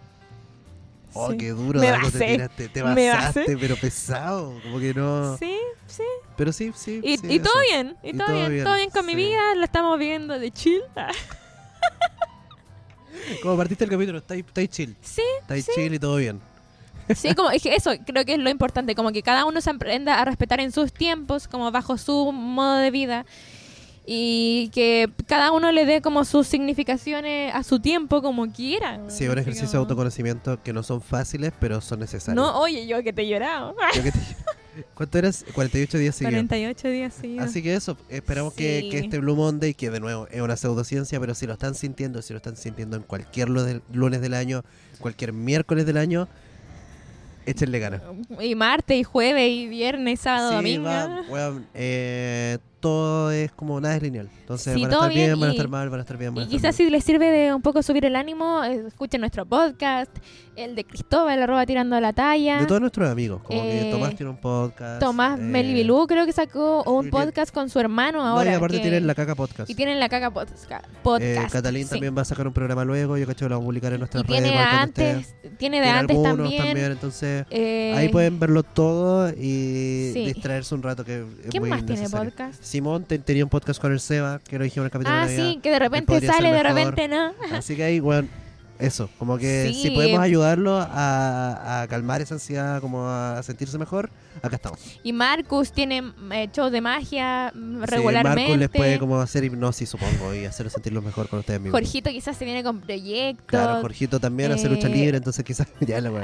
Speaker 1: Oh,
Speaker 2: sí.
Speaker 1: qué duro.
Speaker 2: Me
Speaker 1: Dago, te,
Speaker 2: basé.
Speaker 1: tiraste, te
Speaker 2: Me
Speaker 1: basaste, pero pesado. Como que no...
Speaker 2: Sí, sí.
Speaker 1: Pero sí, sí.
Speaker 2: Y,
Speaker 1: sí,
Speaker 2: y todo
Speaker 1: eso.
Speaker 2: bien, y, todo, bien, todo bien con mi
Speaker 1: sí.
Speaker 2: vida, la estamos viendo de chill. [laughs]
Speaker 1: Como partiste el capítulo, estáis estáis chill.
Speaker 2: Sí,
Speaker 1: Estáis chill y todo bien.
Speaker 2: Sí, como es que eso creo que es lo importante, como que cada uno se aprenda a respetar en sus tiempos, como bajo su modo de vida y que cada uno le dé como sus significaciones a su tiempo como quiera.
Speaker 1: Sí, un
Speaker 2: Así
Speaker 1: ejercicio de
Speaker 2: como-
Speaker 1: autoconocimiento que no son fáciles, pero son necesarios.
Speaker 2: No, oye, yo que te
Speaker 1: [laughs]
Speaker 2: he llorado.
Speaker 1: Yo que te- [laughs] ¿Cuánto eras? 48 días seguidos.
Speaker 2: 48 días seguidos.
Speaker 1: Así que eso, esperamos que,
Speaker 2: Sí.
Speaker 1: que este Blue Monday, que de nuevo es una pseudociencia, pero si lo están sintiendo, si lo están sintiendo en cualquier lu- del- lunes del año, cualquier miércoles del año, échenle ganas.
Speaker 2: Y martes, y jueves, y viernes, sábado,
Speaker 1: Sí,
Speaker 2: domingo.
Speaker 1: va, weón, eh, todo es como nada es lineal. Entonces
Speaker 2: Sí,
Speaker 1: van a
Speaker 2: todo
Speaker 1: estar bien,
Speaker 2: bien
Speaker 1: van a
Speaker 2: y-
Speaker 1: estar mal, van a estar bien. Van
Speaker 2: Y
Speaker 1: a estar
Speaker 2: quizás
Speaker 1: mal.
Speaker 2: si les sirve de un poco subir el ánimo, eh, escuchen nuestro podcast, el de Cristóbal, arroba tirando la talla.
Speaker 1: De todos nuestros amigos, como que
Speaker 2: Eh,
Speaker 1: Tomás tiene un podcast.
Speaker 2: Tomás
Speaker 1: eh,
Speaker 2: Melibilú creo que sacó un
Speaker 1: sí,
Speaker 2: podcast con su hermano
Speaker 1: No,
Speaker 2: ahora.
Speaker 1: y aparte
Speaker 2: que-
Speaker 1: tienen la caca podcast.
Speaker 2: y tienen la caca podca-
Speaker 1: Eh,
Speaker 2: podcast.
Speaker 1: Catalín
Speaker 2: sí.
Speaker 1: también va a sacar un programa luego, yo cacho que lo vamos a publicar en
Speaker 2: Y
Speaker 1: nuestras redes.
Speaker 2: tiene
Speaker 1: igual cuando esté.
Speaker 2: antes, tiene de
Speaker 1: Tiene
Speaker 2: antes
Speaker 1: algunos
Speaker 2: también.
Speaker 1: entonces
Speaker 2: eh,
Speaker 1: ahí pueden verlo todo y
Speaker 2: sí.
Speaker 1: distraerse un rato que es
Speaker 2: ¿Quién
Speaker 1: muy
Speaker 2: más tiene
Speaker 1: necesario.
Speaker 2: podcast?
Speaker 1: Simón te- tenía un podcast con el Seba, que lo dijimos en el capítulo
Speaker 2: Ah,
Speaker 1: de
Speaker 2: sí, que de repente
Speaker 1: podría ser
Speaker 2: sale, de
Speaker 1: mejor.
Speaker 2: repente no.
Speaker 1: Navidad. Así que ahí, bueno, eso, como que
Speaker 2: Sí.
Speaker 1: si podemos ayudarlo a, a calmar esa ansiedad, como a sentirse mejor, acá estamos. Sí,
Speaker 2: Y Marcus tiene eh, show de magia mm,
Speaker 1: Marcos les
Speaker 2: regularmente.
Speaker 1: puede como hacer hipnosis, supongo, y hacerlo sentirlo mejor con ustedes mismos.
Speaker 2: Jorgito quizás se viene con proyectos.
Speaker 1: Claro, Jorgito también hace lucha
Speaker 2: eh,
Speaker 1: libre, entonces quizás [laughs] ya la weá,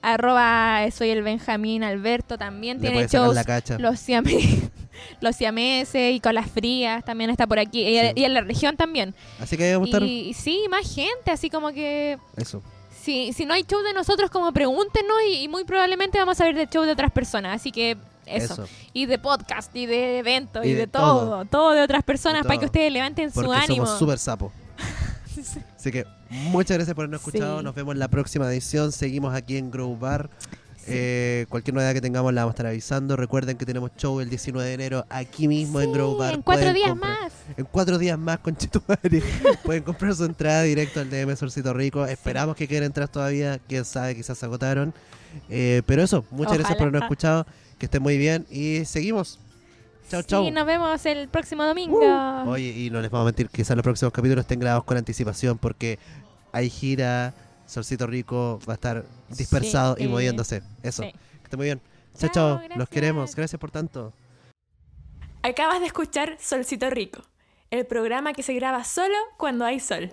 Speaker 2: Arroba eh, soy el Benjamín Alberto también
Speaker 1: le
Speaker 2: [laughs] tiene
Speaker 1: puede sacar
Speaker 2: shows.
Speaker 1: la cacha.
Speaker 2: Los [laughs] siameses, los siameses y con las frías también está por aquí. Y,
Speaker 1: Sí.
Speaker 2: y en la región también.
Speaker 1: Así que ahí vamos a estar.
Speaker 2: Y, y sí, más gente, así como que
Speaker 1: Eso.
Speaker 2: si, si no hay show de nosotros, como pregúntenos y, y muy probablemente vamos a ver de show de otras personas. Así que eso.
Speaker 1: eso.
Speaker 2: Y de podcast, y de eventos, y,
Speaker 1: Y
Speaker 2: de,
Speaker 1: de
Speaker 2: todo. todo.
Speaker 1: todo.
Speaker 2: de otras personas
Speaker 1: De
Speaker 2: para que
Speaker 1: todo.
Speaker 2: ustedes levanten su
Speaker 1: Porque
Speaker 2: ánimo.
Speaker 1: somos súper
Speaker 2: [laughs]
Speaker 1: sapos. Así que muchas gracias por habernos escuchado.
Speaker 2: Sí.
Speaker 1: Nos vemos en la próxima edición. Seguimos aquí en Grow Bar.
Speaker 2: Sí.
Speaker 1: Eh, cualquier novedad que tengamos la vamos a estar avisando. Recuerden que tenemos show el 19 de enero aquí mismo en
Speaker 2: Sí,
Speaker 1: Grow Bar.
Speaker 2: en cuatro
Speaker 1: Pueden
Speaker 2: días
Speaker 1: comprar-
Speaker 2: más.
Speaker 1: En cuatro días más, con
Speaker 2: [laughs]
Speaker 1: Chetumare. Pueden comprar su entrada directo al DM Sorcito Rico. Esperamos que queden entradas todavía. Quién sabe, quizás se agotaron. Eh, pero eso, muchas gracias por
Speaker 2: Ojalá.
Speaker 1: habernos escuchado. Que estén muy bien y seguimos. Chau,
Speaker 2: Sí,
Speaker 1: chau.
Speaker 2: nos vemos el próximo domingo.
Speaker 1: Oye, y no les vamos a mentir, quizás los próximos capítulos estén grabados con anticipación porque hay gira, Solcito Rico va a estar dispersado
Speaker 2: Sí,
Speaker 1: y
Speaker 2: eh,
Speaker 1: moviéndose. Eso.
Speaker 2: sí.
Speaker 1: Que esté muy bien. Chao,
Speaker 2: Chao,
Speaker 1: chao.
Speaker 2: gracias.
Speaker 1: Los queremos. Gracias por tanto.
Speaker 3: Acabas de escuchar Solcito Rico, el programa que se graba solo cuando hay sol.